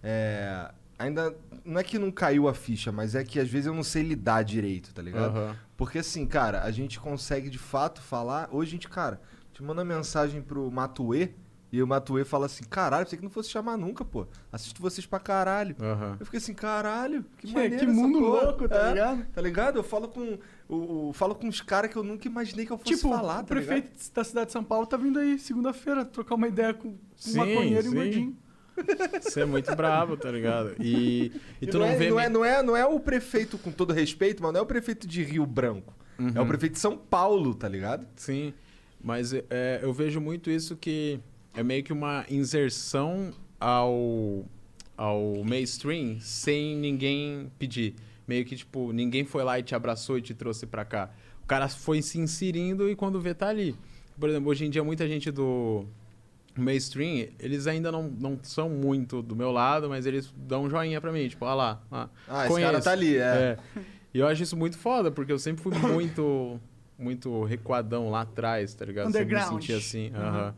é, Ainda. Não é que não caiu a ficha, mas é que às vezes eu não sei lidar direito, tá ligado? Aham. Porque assim, cara, a gente consegue de fato falar. Hoje a gente, cara, te manda mensagem pro Matuê e o Matuê fala assim: caralho, pensei que não fosse chamar nunca, pô. Assisto vocês pra caralho. Aham. Eu fiquei assim, caralho, que, Que, maneiro que essa mundo porra. louco, tá É, ligado? Tá ligado? Eu falo com, o, o- falo com uns caras que eu nunca imaginei que eu fosse tipo, falar, tá o prefeito da cidade de São Paulo tá vindo aí segunda-feira trocar uma ideia com um Sim, maconheiro e um sim. gordinho. Você é muito brabo, tá ligado? E, e tu não, é, vê. não, é, não, é, não é o prefeito, com todo respeito, mas não é o prefeito de Rio Branco. É Uhum. o prefeito de São Paulo, tá ligado? Sim, mas é, eu vejo muito isso que é meio que uma inserção ao, ao mainstream sem ninguém pedir. Meio que, tipo, ninguém foi lá e te abraçou e te trouxe pra cá. O cara foi se inserindo e quando vê, tá ali. Por exemplo, hoje em dia, muita gente do mainstream, eles ainda não, não são muito do meu lado, mas eles dão um joinha pra mim. Tipo, ah lá, ah, Ah, esse conheço. cara tá ali, é. É. E eu acho isso muito foda, porque eu sempre fui muito, muito recuadão lá atrás, tá ligado? Sempre Underground. me senti assim. aham.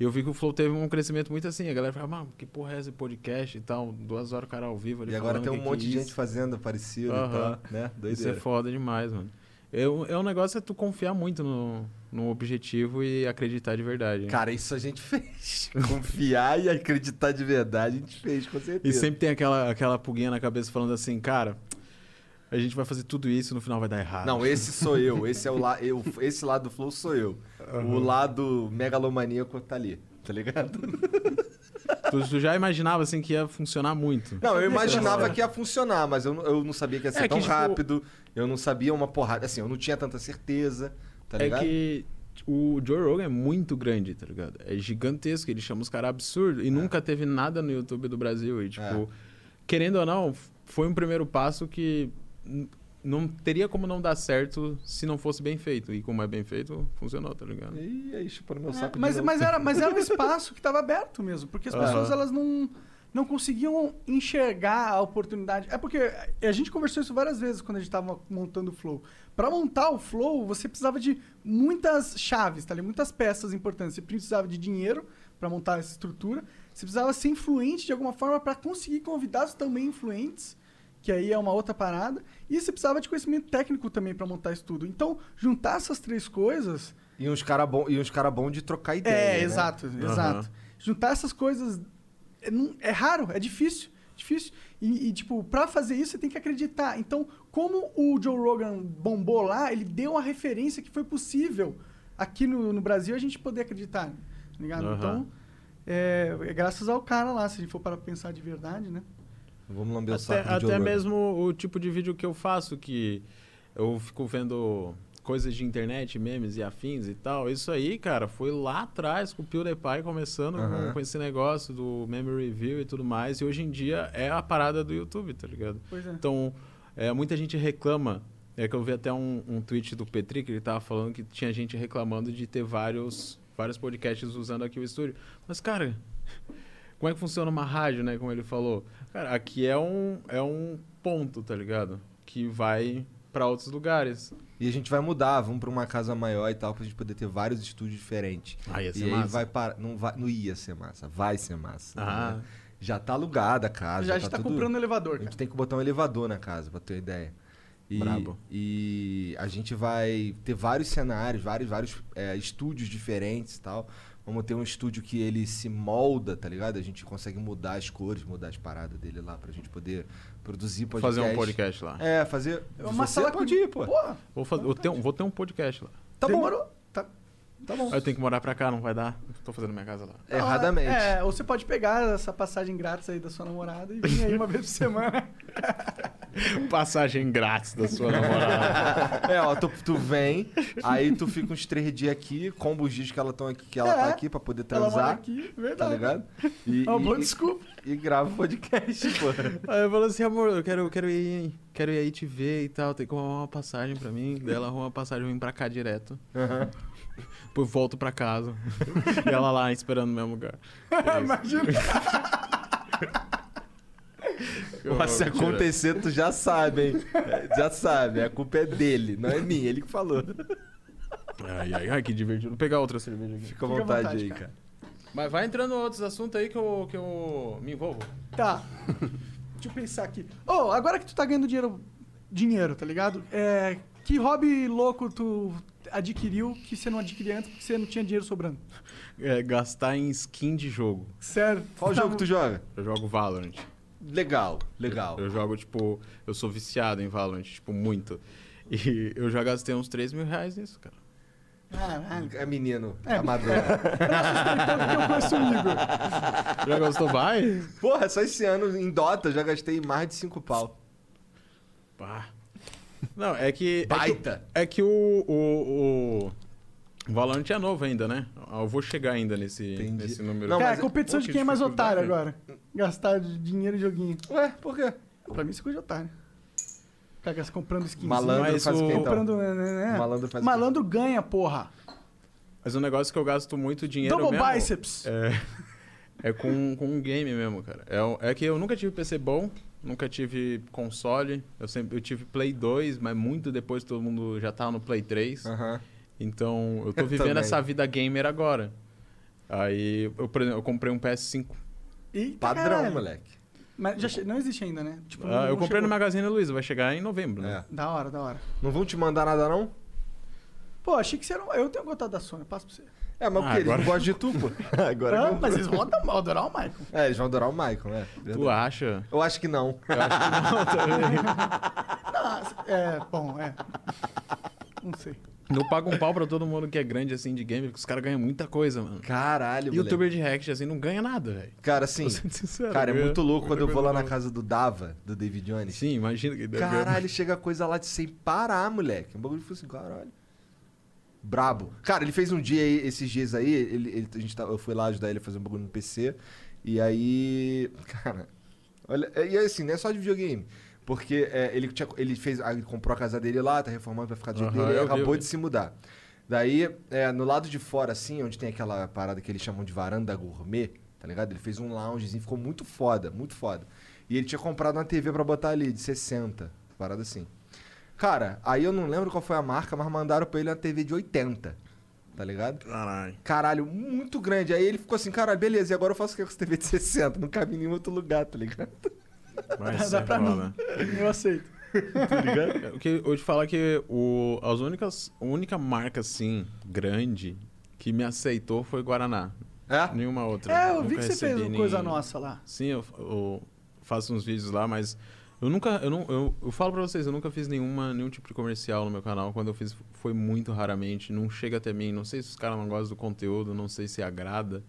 E eu vi que o Flow teve um crescimento muito assim. A galera fala, mano, que porra é esse podcast e tal? Duas horas o cara ao vivo. ali E agora falando tem um que que monte de isso. gente fazendo parecido e Aham. tal, né? Isso é Doideira. foda demais, mano. Eu, é um negócio é tu confiar muito no, no objetivo e acreditar de verdade. né? Cara, isso a gente fez. Confiar e acreditar de verdade, a gente fez, com E certeza. sempre tem aquela, aquela pulguinha na cabeça falando assim, cara, a gente vai fazer tudo isso e no final vai dar errado. Ah, Não, esse sou eu. Esse é o la... eu, esse lado do flow sou eu. O lado megalomaníaco tá ali, tá ligado? Tu, tu já imaginava assim que ia funcionar muito. Não, eu imaginava Nossa. que ia funcionar, mas eu, não- eu não sabia que ia ser É tão que, tipo, rápido. Eu não sabia uma porrada. Assim, eu não tinha tanta certeza, tá é ligado? que o Joe Rogan é muito grande, tá ligado? É gigantesco, ele chama os caras absurdos e nunca teve nada no YouTube do Brasil. E, tipo, É. querendo ou não, foi um primeiro passo que n- não teria como não dar certo se não fosse bem feito. E como é bem feito, funcionou, tá ligado? E aí, chupando meu É, saco mas, de novo. mas, era, mas era um espaço que tava aberto mesmo, porque as Aham. pessoas elas não, não conseguiam enxergar a oportunidade. É porque a gente conversou isso várias vezes quando a gente tava montando o Flow. Pra montar o Flow, você precisava de muitas chaves, tá ali? Muitas peças importantes. Você precisava de dinheiro pra montar essa estrutura. Você precisava ser influente de alguma forma pra conseguir convidados também influentes que aí é uma outra parada, e você precisava de conhecimento técnico também pra montar isso tudo. Então, juntar essas três coisas E uns caras bons cara bom de trocar ideia. é, né? exato, exato. Juntar essas coisas é, não- é raro, é difícil, difícil. E, e, tipo, pra fazer isso você tem que acreditar. Então, como o Joe Rogan bombou lá, ele deu uma referência que foi possível aqui no, no Brasil a gente poder acreditar, né? Tá ligado? Aham. Então, é, é graças ao cara lá, se a gente for para pensar de verdade, né? Vamos lamber o Até, saco do Joe Rogan. até mesmo o tipo de vídeo que eu faço, que eu fico vendo coisas de internet, memes e afins e tal. Isso aí, cara, foi lá atrás com o PewDiePie começando Aham. com, com esse negócio do meme review e tudo mais. E hoje em dia é a parada do YouTube, tá ligado? Pois é. Então, é, muita gente reclama. É que eu vi até um, um tweet do Petri que ele tava falando que tinha gente reclamando de ter vários, vários podcasts usando aqui o estúdio. Mas, cara, Como é que funciona uma rádio, né? Como ele falou. Cara, aqui é um, é um ponto, tá ligado? Que vai pra outros lugares. E a gente vai mudar, vamos pra uma casa maior e tal, pra gente poder ter vários estúdios diferentes. Ah, ia e ser aí massa. vai parar. Não, vai, não ia ser massa, vai ser massa. Ah. né? Já tá alugada a casa. Já a gente tá tudo- comprando um elevador, A cara. gente tem que botar um elevador na casa, pra ter ideia. E, Brabo. E a gente vai ter vários cenários, vários, vários é, estúdios diferentes e tal. Vamos ter um estúdio que ele se molda, tá ligado? A gente consegue mudar as cores, mudar as paradas dele lá pra gente poder produzir podcast. Fazer um podcast lá. É, fazer. É uma Você sala pode com- ir, pô. Porra, Vou, faz- eu tenho- vou ter um podcast lá. Tá bom. demorou. Tá. Tá bom. Aí eu tenho que morar pra cá, não vai dar. Tô fazendo minha casa lá. Erradamente. É, ou você pode pegar essa passagem grátis aí da sua namorada e vir aí uma vez por semana. Passagem grátis da sua namorada. É, ó, tu, tu vem, aí tu fica uns três dias aqui, comba os dias que ela, tão aqui, que ela tá É. aqui pra poder Ela mora transar, aqui, tá verdade. ligado? E, É uma boa e- desculpa. e, grava o podcast, pô. Aí eu falo assim, amor, eu quero, eu quero ir quero ir aí te ver e tal. Tem que arrumar uma passagem pra mim. Daí ela arruma uma passagem, eu vim pra cá direto. Aham. Depois volto pra casa. e ela lá esperando no mesmo lugar. Imagina. Mas se acontecer, tu já sabe, hein? É, Já sabe, a culpa é dele, não é minha, ele que falou. Ai, ai, ai, que divertido. Vou pegar outra cerveja aqui. Fica à vontade, vontade, aí, cara. cara. Mas vai entrando outros assuntos aí que eu, que eu me envolvo. Tá. Deixa eu pensar aqui. Ô, agora que tu tá ganhando dinheiro, dinheiro, tá ligado? É, que hobby louco tu adquiriu que você não adquiria antes porque você não tinha dinheiro sobrando? É, gastar em skin de jogo. Sério. Qual Tá jogo que tu joga? Eu jogo Valorant. Legal, legal. Eu jogo, tipo, eu sou viciado em Valorant, tipo, muito. E eu já gastei uns 3 mil reais nisso, cara. Caralho. É menino, amador. Tanto que eu conheço o Igor. Já gastou mais? Porra, só esse ano em Dota eu já gastei mais de cinco pau. Pá. Não, é que. é que- Baita. É que, o, o, o Valorant é novo ainda, né? Eu vou chegar ainda nesse, Entendi. nesse número. Não, Cara, mas- competição Pô, de que quem é mais dificuldade. otário né? agora. Gastar de dinheiro em joguinho. Ué, por quê? Pra mim, isso é coisa de otário. Cara, comprando skinzinho. Malandro mas faz o o- quê, então? Comprando, né, né, né? Malandro faz o quê? Malandro ganha, porra. Mas um negócio que eu gasto muito dinheiro Double mesmo biceps. É, é com, com um game mesmo, cara. É, o- é que eu nunca tive PC bom, nunca tive console. Eu sempre eu tive Play 2, mas muito depois todo mundo já tava no Play 3. Aham. Então, eu tô Ah. Eu vivendo também. essa vida gamer agora. Aí, eu, por exemplo, eu comprei um PS5. Eita, Padrão, caralho. moleque. Mas já che- não existe ainda, né? Tipo, Ah, não- eu não comprei no chegou. Magazine Luiza, vai chegar em novembro, né? É. Da hora, da hora. Não vão te mandar nada, não? Pô, achei que você era um... Eu tenho contato da Sony, eu passo pra você. É, mas o Ah, quê? Eles agora- não gostam de tu, pô. Agora Ah, não. mas eles vão adam- adorar o Michael. É, eles vão adorar o Michael, né? Tu acha? Eu acho que não. Ah, é, bom, é. Não sei. Eu pago um pau pra todo mundo que é grande assim de game, porque os caras ganham muita coisa, mano. Caralho, moleque. Youtuber de react, assim, não ganha nada, velho. Cara, assim, Tô sendo sincero, cara, é ganha muito louco quando muita eu vou lá coisa na não. casa do Dava, do David Jones. Sim, imagina que deve ganhar. Caralho, chega coisa lá de sem parar, moleque. Um bagulho que eu falei assim, caralho. Brabo. Cara, ele fez um dia aí, esses dias aí, ele, ele- a gente tá- eu fui lá ajudar ele a fazer um bagulho no PC. E aí. Cara, olha. E assim, não é só de videogame. Porque é, ele, tinha- ele fez. ah, Ele comprou a casa dele lá, tá reformando pra ficar do jeito Aham, dele, e eu vi, acabou eu de vi. se mudar. Daí, é, no lado de fora, assim, onde tem aquela parada que eles chamam de varanda gourmet, tá ligado? Ele fez um loungezinho, ficou muito foda, muito foda. E ele tinha comprado uma TV pra botar ali, de 60, parada assim. Cara, aí eu não lembro qual foi a marca, mas mandaram pra ele uma TV de 80, tá ligado? Caralho. Caralho, muito grande. Aí ele ficou assim, caralho, beleza, e agora eu faço o que com essa TV de 60? Não cabe em nenhum outro lugar, tá ligado? Vai Dá ser pra mim. foda. Eu aceito. Tá ligado? O que eu te falo é que o, as únicas, a única marca, assim, grande que me aceitou foi Guaraná. É? Nenhuma outra. É, eu vi Nunca que você fez recebi uma nem- coisa nossa lá. Sim, eu, eu faço uns vídeos lá, mas eu nunca. Eu, não, eu, eu falo pra vocês, eu nunca fiz nenhuma, nenhum tipo de comercial no meu canal. Quando eu fiz, foi muito raramente. Não chega até mim. Não sei se os caras não gostam do conteúdo, não sei se agrada,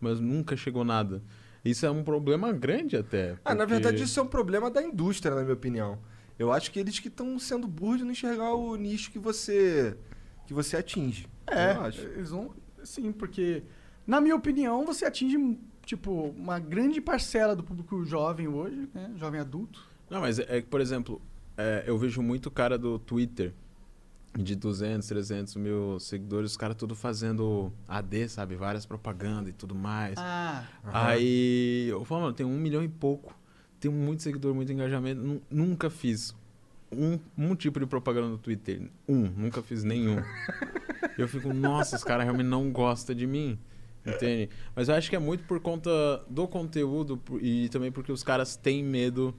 mas nunca chegou nada. Isso é um problema grande até. Ah, na porque- verdade isso é um problema da indústria, na minha opinião. Eu acho que eles que estão sendo burros de não enxergar o nicho que você que você atinge. É, eu acho. eles vão... Sim, porque, na minha opinião, você atinge, tipo, uma grande parcela do público jovem hoje, né? Jovem adulto. Não, mas é, é que, por exemplo, é, eu vejo muito cara do Twitter de 200, 300 mil seguidores, os caras tudo fazendo AD, sabe? Várias propagandas e tudo mais. Ah, Aí eu falo, mano, tem um milhão e pouco. Tenho muito seguidor, muito engajamento. nu- Nunca fiz um, um tipo de propaganda no Twitter. Um, nunca fiz nenhum. eu fico, nossa, os caras realmente não gostam de mim. Entende? Mas eu acho que é muito por conta do conteúdo por- e também porque os caras têm medo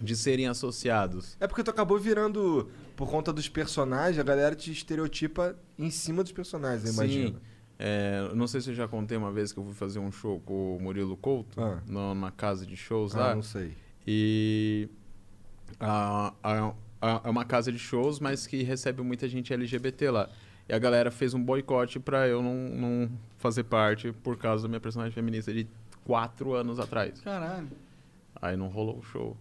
de serem associados. É porque tu acabou virando, por conta dos personagens, a galera te estereotipa em cima dos personagens, eu imagino. Sim. É, não sei se eu já contei uma vez que eu fui fazer um show com o Murilo Couto, Ah. na- numa casa de shows Ah, lá. não sei. E a- a- a- é uma casa de shows, mas que recebe muita gente LGBT lá. E a galera fez um boicote pra eu não, não fazer parte por causa da minha personagem feminista de quatro anos atrás. caralho. Aí não rolou o show.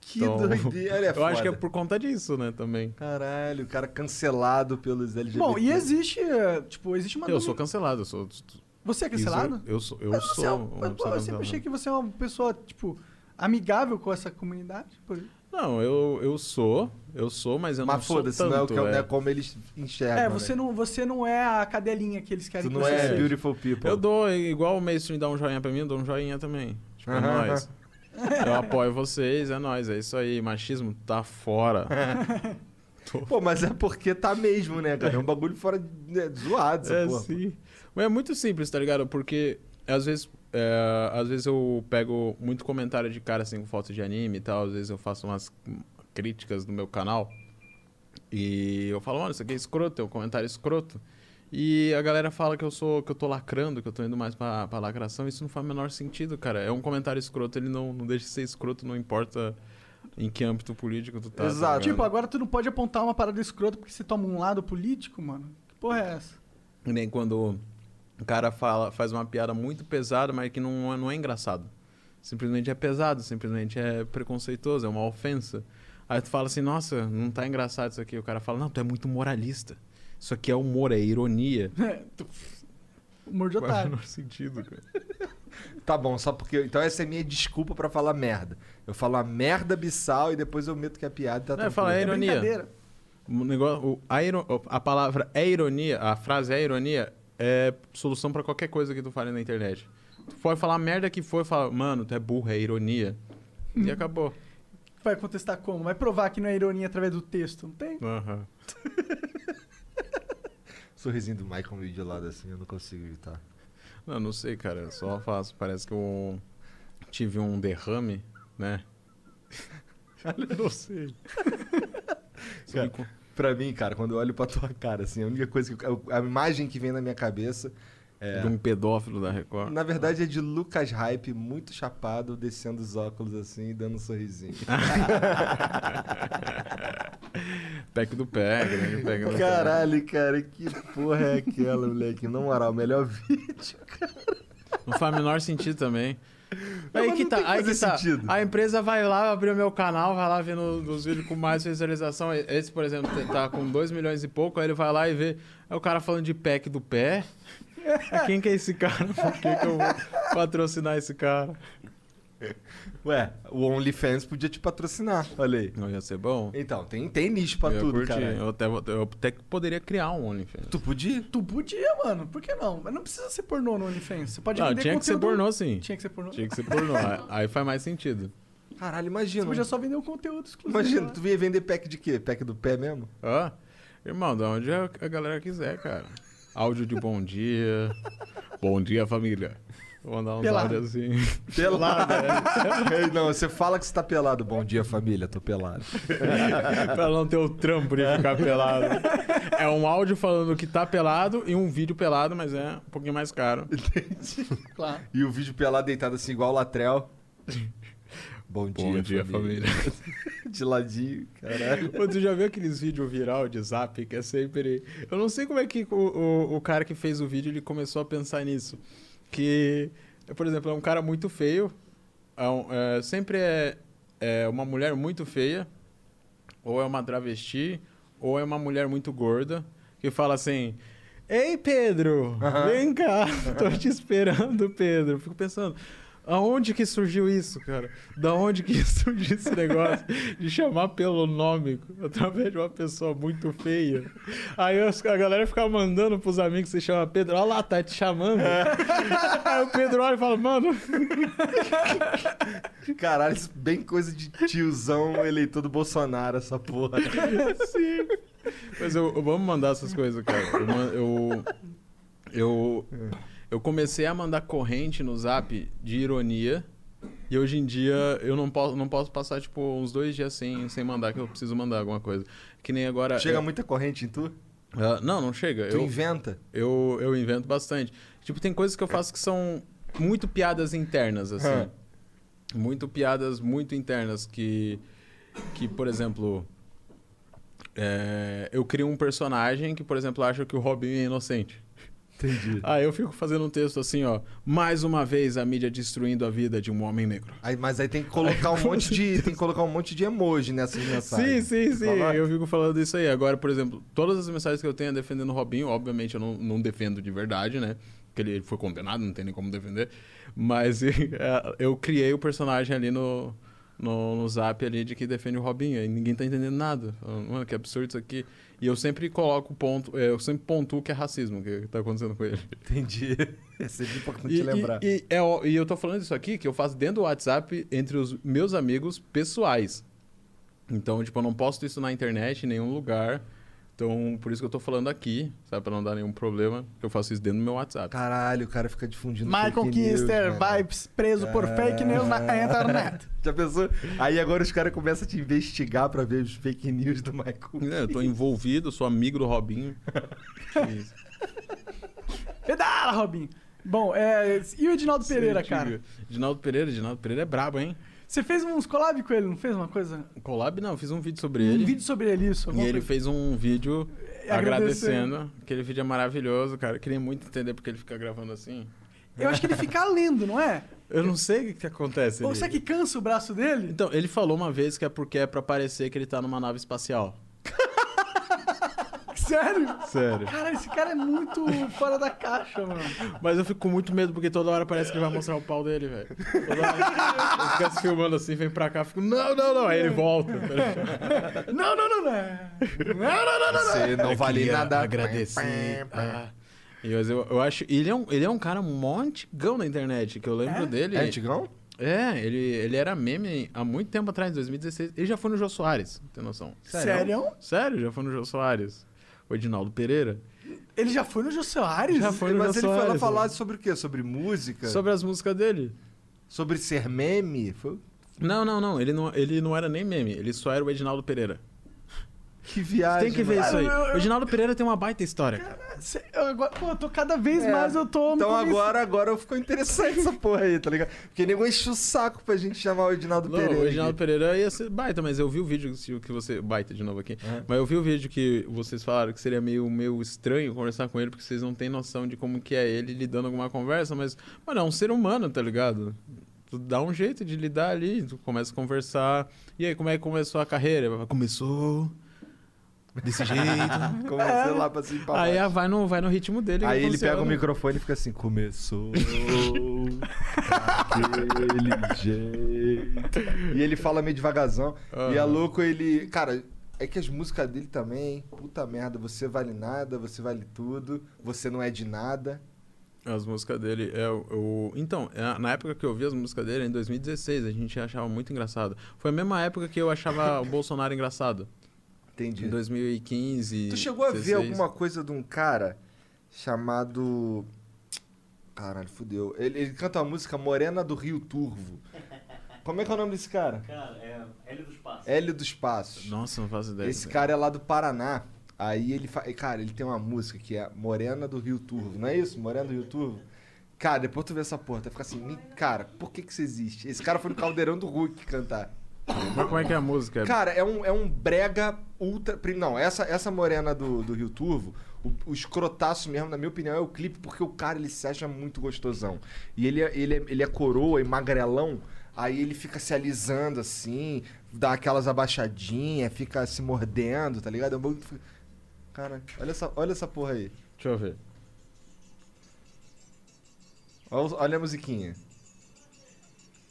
Que Então, doideira, é eu foda. acho que é por conta disso, né, também. Caralho, o cara cancelado pelos LGBT. Bom, e existe, eh, tipo, existe uma... Eu domi- sou cancelado, eu sou. sou- Você é cancelado? Eu sou. Eu, Mas sou você é um- uma mas, pô, pessoa eu sempre achei cancelada. que você é uma pessoa, tipo, amigável com essa comunidade. Pô, Não, eu, eu sou, eu sou, mas eu não Mas sou. foda-se, não é o que tanto, não é. é como eles enxergam. É, você não, você não é a cadelinha que eles né? querem Tu que não você é seja. beautiful people. Eu dou, é igual o Mason dá um joinha pra mim, eu dou um joinha também. Tipo, é Aham. nóis. Eu apoio vocês, é nóis, é isso aí. Machismo tá fora. Pô, mas é porque tá mesmo, né, cara? É um bagulho fora de- né, zoado, essa É, porra. sim. Mas é muito simples, tá ligado? Porque às vezes, é, às vezes eu pego muito comentário de cara assim com fotos de anime e tal, às vezes eu faço umas críticas no meu canal e eu falo, mano, isso aqui é escroto, é um comentário escroto. E a galera fala que eu sou que eu tô lacrando, que eu tô indo mais pra, pra lacração, isso não faz o menor sentido, cara. É um comentário escroto, ele não, não deixa de ser escroto, não importa em que âmbito político tu tá. tá Exato. ligado? Tipo, agora tu não pode apontar uma parada escrota porque você toma um lado político, mano. Que porra é essa? Que Nem quando o cara fala, faz uma piada muito pesada, mas que não, é- não é engraçado. Simplesmente é pesado, simplesmente é preconceituoso, é uma ofensa. Aí tu fala assim, nossa, não tá engraçado isso aqui. O cara fala, não, tu é muito moralista. Isso aqui é humor, é ironia. Tu- Humor de Faz o otário. menor sentido, cara. Tá bom, só porque. Então essa é minha desculpa pra falar merda. Eu falo a merda abissal e depois eu meto que é piada e tá Não, eu tranquilo. falo, é ironia. Brincadeira. O negócio, o- a, iro- a palavra é ironia, a frase é ironia, é solução pra qualquer coisa que tu fale na internet. Tu pode falar a merda que for, fala, mano, tu é burro, é ironia. E acabou. Vai contestar como? Vai provar que não é ironia através do texto, não tem? Aham. Sorrisinho do Michael meio de lado assim, eu não consigo evitar. Não, não sei, cara. Eu só faço. Parece que eu tive um derrame, né? Eu não sei. Cara, Pra mim, cara, quando eu olho pra tua cara, assim, a única coisa que. eu- A imagem que vem na minha cabeça é. De um pedófilo da Record. Na verdade é de Lucas Hype, muito chapado, descendo os óculos assim e dando um sorrisinho. Pack do pé, grande pack do pé. Caralho, cara, que porra é aquela, moleque? Na moral, melhor vídeo. Não faz o menor sentido também. Não, aí mas que não tá, tem que aí que fazer tá. sentido. A empresa vai lá, abrir o meu canal, vai lá ver no- nos vídeos com mais visualização. Esse, por exemplo, tá com 2 milhões e pouco, aí ele vai lá e vê. Aí o cara falando de pack do pé. Quem que é esse cara? Por que, que eu vou patrocinar esse cara? Ué, o OnlyFans podia te patrocinar, olha aí. Não ia ser bom? Então, tem, tem nicho pra Eu tudo, curti. cara. Eu até, vou- eu até que poderia criar um OnlyFans. Tu podia? Tu podia, mano. Por que não? Mas não precisa ser pornô no OnlyFans. Você pode Não, vender tinha que ser conteúdo- pornô, sim. Tinha que ser pornô. Tinha que ser pornô. Aí- Aí faz mais sentido. Caralho, Você imagina. podia só vender um conteúdo exclusivo. né? Imagina, lá. tu ia vender pack de quê? Pack do pé mesmo? Ó, irmão, da onde a a galera quiser, cara. Áudio de bom dia. bom dia, família. Vou mandar uns Pelado. áudios assim. Pelado, é. Não, você fala que você tá pelado. Bom dia, família, tô pelado. pra não ter o trampo de ficar pelado. É um áudio falando que tá pelado e um vídeo pelado, mas é um pouquinho mais caro. Claro. E o vídeo pelado deitado assim, igual o Latrel. Bom dia, Bom dia, família. De ladinho, caralho. Pô, tu já viu aqueles vídeos viral de zap que é sempre. Eu não sei como é que o, o, o cara que fez o vídeo ele começou a pensar nisso. Que, por exemplo, é um cara muito feio. é um- é, sempre é, é uma mulher muito feia, ou é uma travesti, ou é uma mulher muito gorda, que fala assim. Ei, Pedro! Vem cá! Tô te esperando, Pedro. Fico pensando, Aonde que surgiu isso, cara? Da onde que surgiu esse negócio de chamar pelo nome através de uma pessoa muito feia? Aí os- a galera ficava mandando pros amigos que se chama Pedro, olha lá, tá te chamando. Aí o Pedro olha e fala, mano, Caralho, isso bem coisa de tiozão eleitor do Bolsonaro, essa porra. Sim. Mas eu, eu vamos mandar essas coisas, cara. Eu man- Eu, eu, eu, comecei a mandar corrente no zap de ironia. E hoje em dia eu não posso, não posso passar, tipo, uns dois dias sem, sem mandar, que eu preciso mandar alguma coisa. Que nem agora. Chega eu- muita corrente em tu? Ah, não, não chega. Tu É. Eu, inventa? eu, eu invento bastante. Tipo, tem coisas que eu faço que são muito piadas internas, assim. Ah. Muito piadas muito internas que, que por exemplo... é, eu crio um personagem que, por exemplo, acha que o Robin é inocente. Entendi. Aí eu fico fazendo um texto assim, ó. Mais uma vez a mídia destruindo a vida de um homem negro. Aí, mas aí tem que colocar um monte de. Tem que colocar um monte de emoji nessas mensagens. Sim, sim, sim. Fala- Eu fico falando isso aí. Agora, por exemplo, todas as mensagens que eu tenho é defendendo o Robinho, obviamente eu não, não defendo de verdade, né? Porque ele foi condenado, não tem nem como defender. Mas é, eu criei o personagem ali no, no, no zap ali de que defende o Robinho. E ninguém tá entendendo nada. Falando, Mano, que absurdo isso aqui. E eu sempre coloco o ponto, é, eu sempre pontuo que é racismo que tá acontecendo com ele. Entendi. É sempre importante E, e- lembrar. e é ó- e eu tô falando isso aqui que eu faço dentro do WhatsApp entre os meus amigos pessoais. Então, tipo, eu não posto isso na internet em nenhum lugar. Então, por isso que eu tô falando aqui, sabe? Pra não dar nenhum problema, eu faço isso dentro do meu WhatsApp. Caralho, o cara fica difundindo. Michael fake news, Kister, mano. vibes, preso por fake news na internet. Já pensou? Aí agora os caras começam a te investigar pra ver os fake news do Michael. É, eu tô envolvido, sou amigo do Robinho. Isso. Pedala, Robinho. Bom, é, e o Edinaldo Pereira, cara? Edinaldo Pereira, Edinaldo Pereira é brabo, hein? Você fez uns collab com ele, não fez uma coisa? Collab não, eu fiz um vídeo sobre Um ele. vídeo sobre ele, isso. E alguma ele coisa. fez um vídeo Agradecendo. agradecendo. Aquele vídeo é maravilhoso, cara. Eu queria muito entender porque ele fica gravando assim. Eu acho que ele fica lendo, não é? Eu não sei o que, que acontece. Ou ali. será que cansa o braço dele? Então, ele falou uma vez que é porque é pra parecer que ele tá numa nave espacial. Sério? Sério. Cara, esse cara é muito fora da caixa, mano. Mas eu fico com muito medo porque toda hora parece que ele vai mostrar o pau dele, velho. Toda hora ele fica se filmando assim, vem pra cá, fico, não, não, não. Aí ele volta. tá Não, não, não, não. Não, não, não, não. Você não vale Queria nada. É, Agradecer. Ah. E eu, eu, eu acho. Ele é, um, ele é um cara montigão na internet, que eu lembro É? dele. É antigão? É, ele, ele era meme há muito tempo atrás, em 2016. Ele já foi no Jô Soares, tem noção. Sério? Sério, já foi no Jô Soares. O Edinaldo Pereira. Ele já foi no Jô Soares? Já foi no Mas Jô ele foi lá Soares, falar né? sobre o quê? Sobre música? Sobre, Sobre as músicas dele. ser meme? Foi- Não, não, não. Ele não, ele não era nem meme. Ele só era o Edinaldo Pereira. Que Você viagem. tem que ver mano. isso aí. Ah, Cara, eu- O Edinaldo Pereira tem uma baita história. cara. Cê- eu agora- pô, eu tô cada vez É. mais, eu tô... me Então convencendo. agora, agora eu ficou interessante essa porra aí, tá ligado? Porque nego enche o saco pra gente chamar o Edinaldo Não, Pereira. o Edinaldo aqui. Pereira ia ser baita, mas eu vi o vídeo que que você. Baita de novo aqui. É. Mas eu vi o vídeo que vocês falaram que seria meio, meio estranho conversar com ele, porque vocês não têm noção de como que é ele lidando alguma conversa, mas, mano, é um ser humano, tá ligado? Tu dá um jeito de lidar ali, tu começa a conversar. E aí, como é que começou a carreira? Ele fala, Começou. Desse jeito. Comecei é, lá pra se empapar. Aí ah, vai no, vai no ritmo dele. Aí ele funciona. né? pega o microfone e fica assim, começou aquele jeito. E ele fala meio devagarzão. E é Aham. louco, ele. Cara, é que as músicas dele também, puta merda, você vale nada, você vale tudo, você não é de nada. As músicas dele. É, o o- então, é, na época que eu vi as músicas dele, em 2016, a gente achava muito engraçado. Foi a mesma época que eu achava o Bolsonaro engraçado. Entendi. Em 2015. Tu chegou a ver 16. alguma coisa de um cara chamado. Caralho, fudeu. Ele, ele canta a música Morena do Rio Turvo. Como é que é o nome desse cara? Cara, é L dos Passos. Hélio dos Passos. Nossa, não faço ideia. Esse cara é lá do Paraná. Aí ele fa... e, Cara, ele tem uma música que é Morena do Rio Turvo, não é isso? Morena do Rio Turvo? Cara, depois tu vê essa porra, tu vai ficar assim, "Me- cara, por que que isso existe? Esse cara foi no Caldeirão do Hulk cantar. Mas como é que é a música? Cara, é um, é um brega ultra. pri- Não, essa, essa morena do, do Rio Turvo, o, o escrotaço mesmo, na minha opinião, é o clipe, porque o cara ele se acha muito gostosão. E ele, é- ele, é- ele é coroa e magrelão, aí ele fica se alisando assim, dá aquelas abaixadinhas, fica se mordendo, tá ligado? É um bagulho que fica- Cara, olha essa, olha essa porra aí. Deixa eu ver. Olha, o- olha a musiquinha.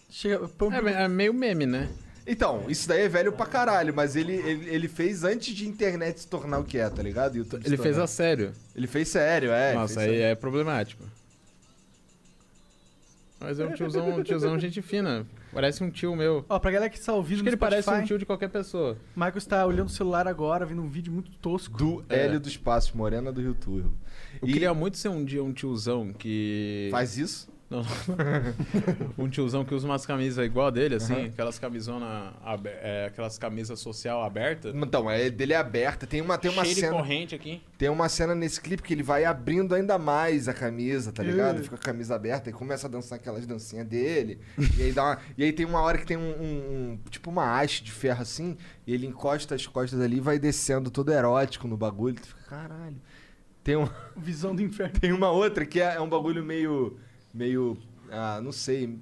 Chega, pump, É, me- é meio meme, né? Então, isso daí é velho pra caralho, mas ele, ele, ele fez antes de internet se tornar o que é, tá ligado? YouTube se Ele fez tornar. a sério. Ele fez sério, é. Nossa, fez aí sério. é problemático. Mas é um tiozão, um tiozão gente fina. Parece um tio meu. Ó, pra galera que está ouvindo Acho no que ele parece um Spotify, tio de qualquer pessoa. Michael está olhando o celular agora, vendo um vídeo muito tosco. Do É. Hélio dos Passos, Morena do Rio Turbo. Eu E queria muito ser um dia um tiozão que. faz isso? Não, não. um tiozão que usa umas camisas igual a dele, assim, aquelas camisona. abe- é, aquelas camisas social aberta. Então, é dele é aberta. Tem uma, tem uma cheio de cena. corrente aqui. Tem uma cena nesse clipe que ele vai abrindo ainda mais a camisa, tá ligado? É. Ih. Fica com a camisa aberta e começa a dançar aquelas dancinhas dele. E aí, dá uma- e aí tem uma hora que tem um, um- um- Tipo uma haste de ferro assim. E ele encosta as costas ali e vai descendo todo erótico no bagulho. Tu fica, caralho. Tem, um- Visão do inferno. tem uma outra que é, é um bagulho meio. Meio. Ah, não sei.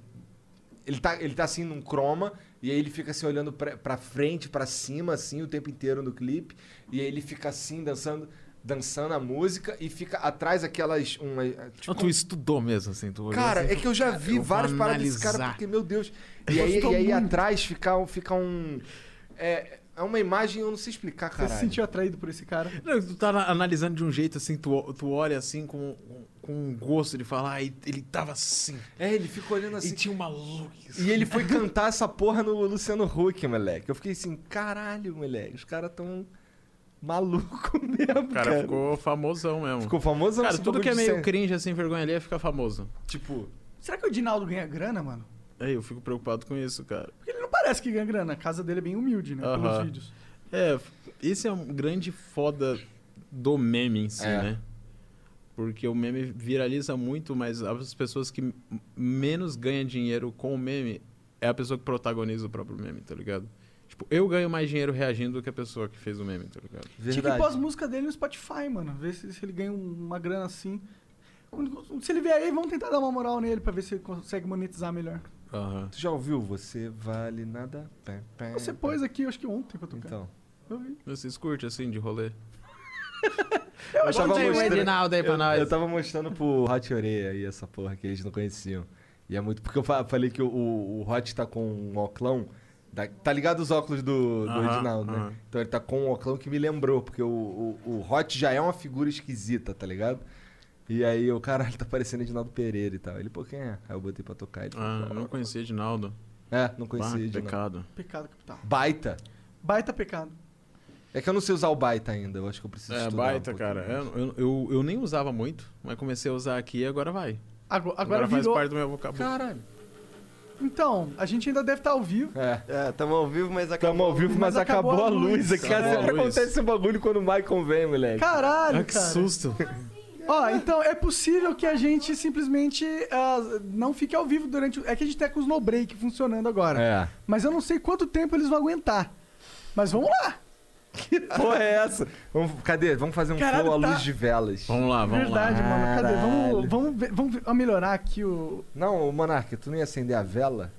Ele tá, ele tá assim num croma. E aí ele fica assim olhando pra, pra frente, pra cima, assim, o tempo inteiro no clipe. E aí ele fica assim, dançando. Dançando a música e fica atrás aquelas. Uma, tipo, Não, tu estudou mesmo, assim, tu olhou Cara, assim, é que eu já cara, eu vi vou várias paradas desse cara, analisar. porque, meu Deus. E aí, Gostou e aí muito. atrás fica, um- fica um. É, é uma imagem, eu não sei explicar, Você cara. se sentiu atraído por esse cara? Não, tu tá na- analisando de um jeito assim, tu, tu olha assim com, com um gosto de falar, ah, e- ele tava assim. É, ele fica olhando assim. E tinha uma look. assim. E ele foi cantar essa porra no Luciano Huck, moleque. Eu fiquei assim, caralho, moleque. Os caras tão maluco mesmo, O cara. cara ficou famosão mesmo. Ficou famoso? cara, esse tudo bagulho que é de meio ser- cringe, assim, vergonha ali, fica famoso. Tipo, Será que o Dinaldo ganha grana, mano? Aí eu fico preocupado com isso, cara. Porque ele não parece que ganha grana. A casa dele é bem humilde, né? Pelos Aham. vídeos. É, f- esse é um grande foda do meme em si, É. né? Porque o meme viraliza muito, mas as pessoas que m- menos ganham dinheiro com o meme é a pessoa que protagoniza o próprio meme, tá ligado? Tipo, eu ganho mais dinheiro reagindo do que a pessoa que fez o meme, tá ligado? Tinha que verdade. pôr as músicas dele no Spotify, mano. Ver se, se ele ganha um- uma grana assim. Quando- Se ele vier aí, vamos tentar dar uma moral nele pra ver se ele consegue monetizar melhor. Aham. Tu já ouviu? Você vale nada. Pé, pé, Você pé. pôs aqui, eu acho que ontem pra tocar. É, Então. Eu vi. Vocês curtem assim de rolê? Eu, tava um mostrando- aí Eu, eu tava mostrando pro Hot Oreia aí essa porra que eles não conheciam. E é muito. Porque eu fa- falei que o, o Hot tá com um oclão. da- tá ligado os óculos do, do Aham, Reginaldo, aham. né? Então ele tá com um oclão que me lembrou, porque o, o, o Hot já é uma figura esquisita, tá ligado? E aí eu, caralho, tá parecendo Edinaldo Pereira e tal. Ele, pô, quem é? Aí eu botei pra tocar. Ele, Ah, eu falou, não conhecia Edinaldo. É, não Ah, conhecia Edinaldo. pecado. Pecado capital. Baita. Baita pecado. É que eu não sei usar o baita ainda, eu acho que eu preciso É, estudar um baita, pouquinho cara. mais. Eu, eu, eu, eu nem usava muito, mas comecei a usar aqui e agora vai. Agora, agora Agora, faz virou- parte do meu vocabulário. Caralho. Então, a gente ainda deve estar ao vivo. É. É, tamo ao vivo, mas acabou. Tamo ao vivo, mas, acabou, a luz aqui. Acabou a Sempre luz. acontece esse bagulho quando o Michael vem, moleque. Caralho, Ah, que cara. susto. Ó, então é possível que a gente simplesmente ah, não fique ao vivo durante. o- É que a gente tá com o Snow Break funcionando agora. É. Mas eu não sei quanto tempo eles vão aguentar. Mas vamos lá. Porra, é essa? Vamos, cadê? Vamos fazer um Caralho, flow à tá- luz de velas. Vamos lá, vamos Verdade, lá. mano. Cadê? Vamos, Caralho. vamos, ver- vamos ver- ó, melhorar aqui o. Não, ô, Monarca, tu não ia acender a vela?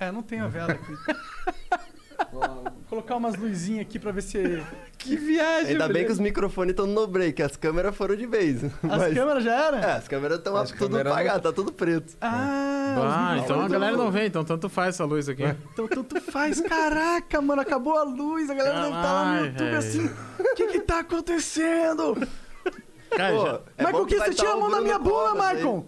É, não tem a vela aqui. Vou Colocar umas luzinhas aqui pra ver se. Que viagem, Ainda bem que os microfones estão no break, as câmeras foram de vez. As Mas- câmeras já eram? É, as câmeras estão As tudo câmeras não- apagadas, tá tudo preto. Ah, os Ah, microfones então a tão- galera não vem, então tanto faz essa luz aqui. Então tanto faz, caraca, mano, acabou a luz, a galera deve estar lá no Caralho, YouTube velho. assim, o que que tá acontecendo? Cara, Pô, Ah, já- é bom Michael, que que vai você tá tira a o mão da Bruno minha bunda, Covas aí. Michael?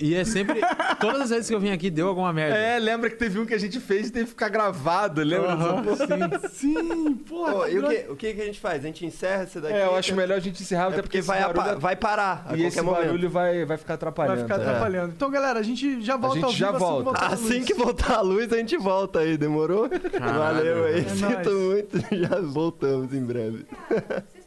E é sempre. Todas as vezes que eu vim aqui deu alguma merda. É, lembra que teve um que a gente fez e teve que ficar gravado, lembra? Aham, dessa porra? sim. Sim, porra. tá Pô, que e o droga. que, o que que a gente faz? A gente encerra esse daqui? É, eu acho que- melhor a gente encerrar, É até porque, porque esse vai, apa- barulho... vai parar a E qualquer esse momento. barulho vai, vai ficar Vai atrapalhando. ficar tá? atrapalhando. Então, galera, a gente já volta gente ao vivo já assim que volta. voltar a Assim luz. que voltar a luz, a gente volta aí, demorou? Caralho. Valeu aí, É sinto nóis. muito, já voltamos em breve. Cara, você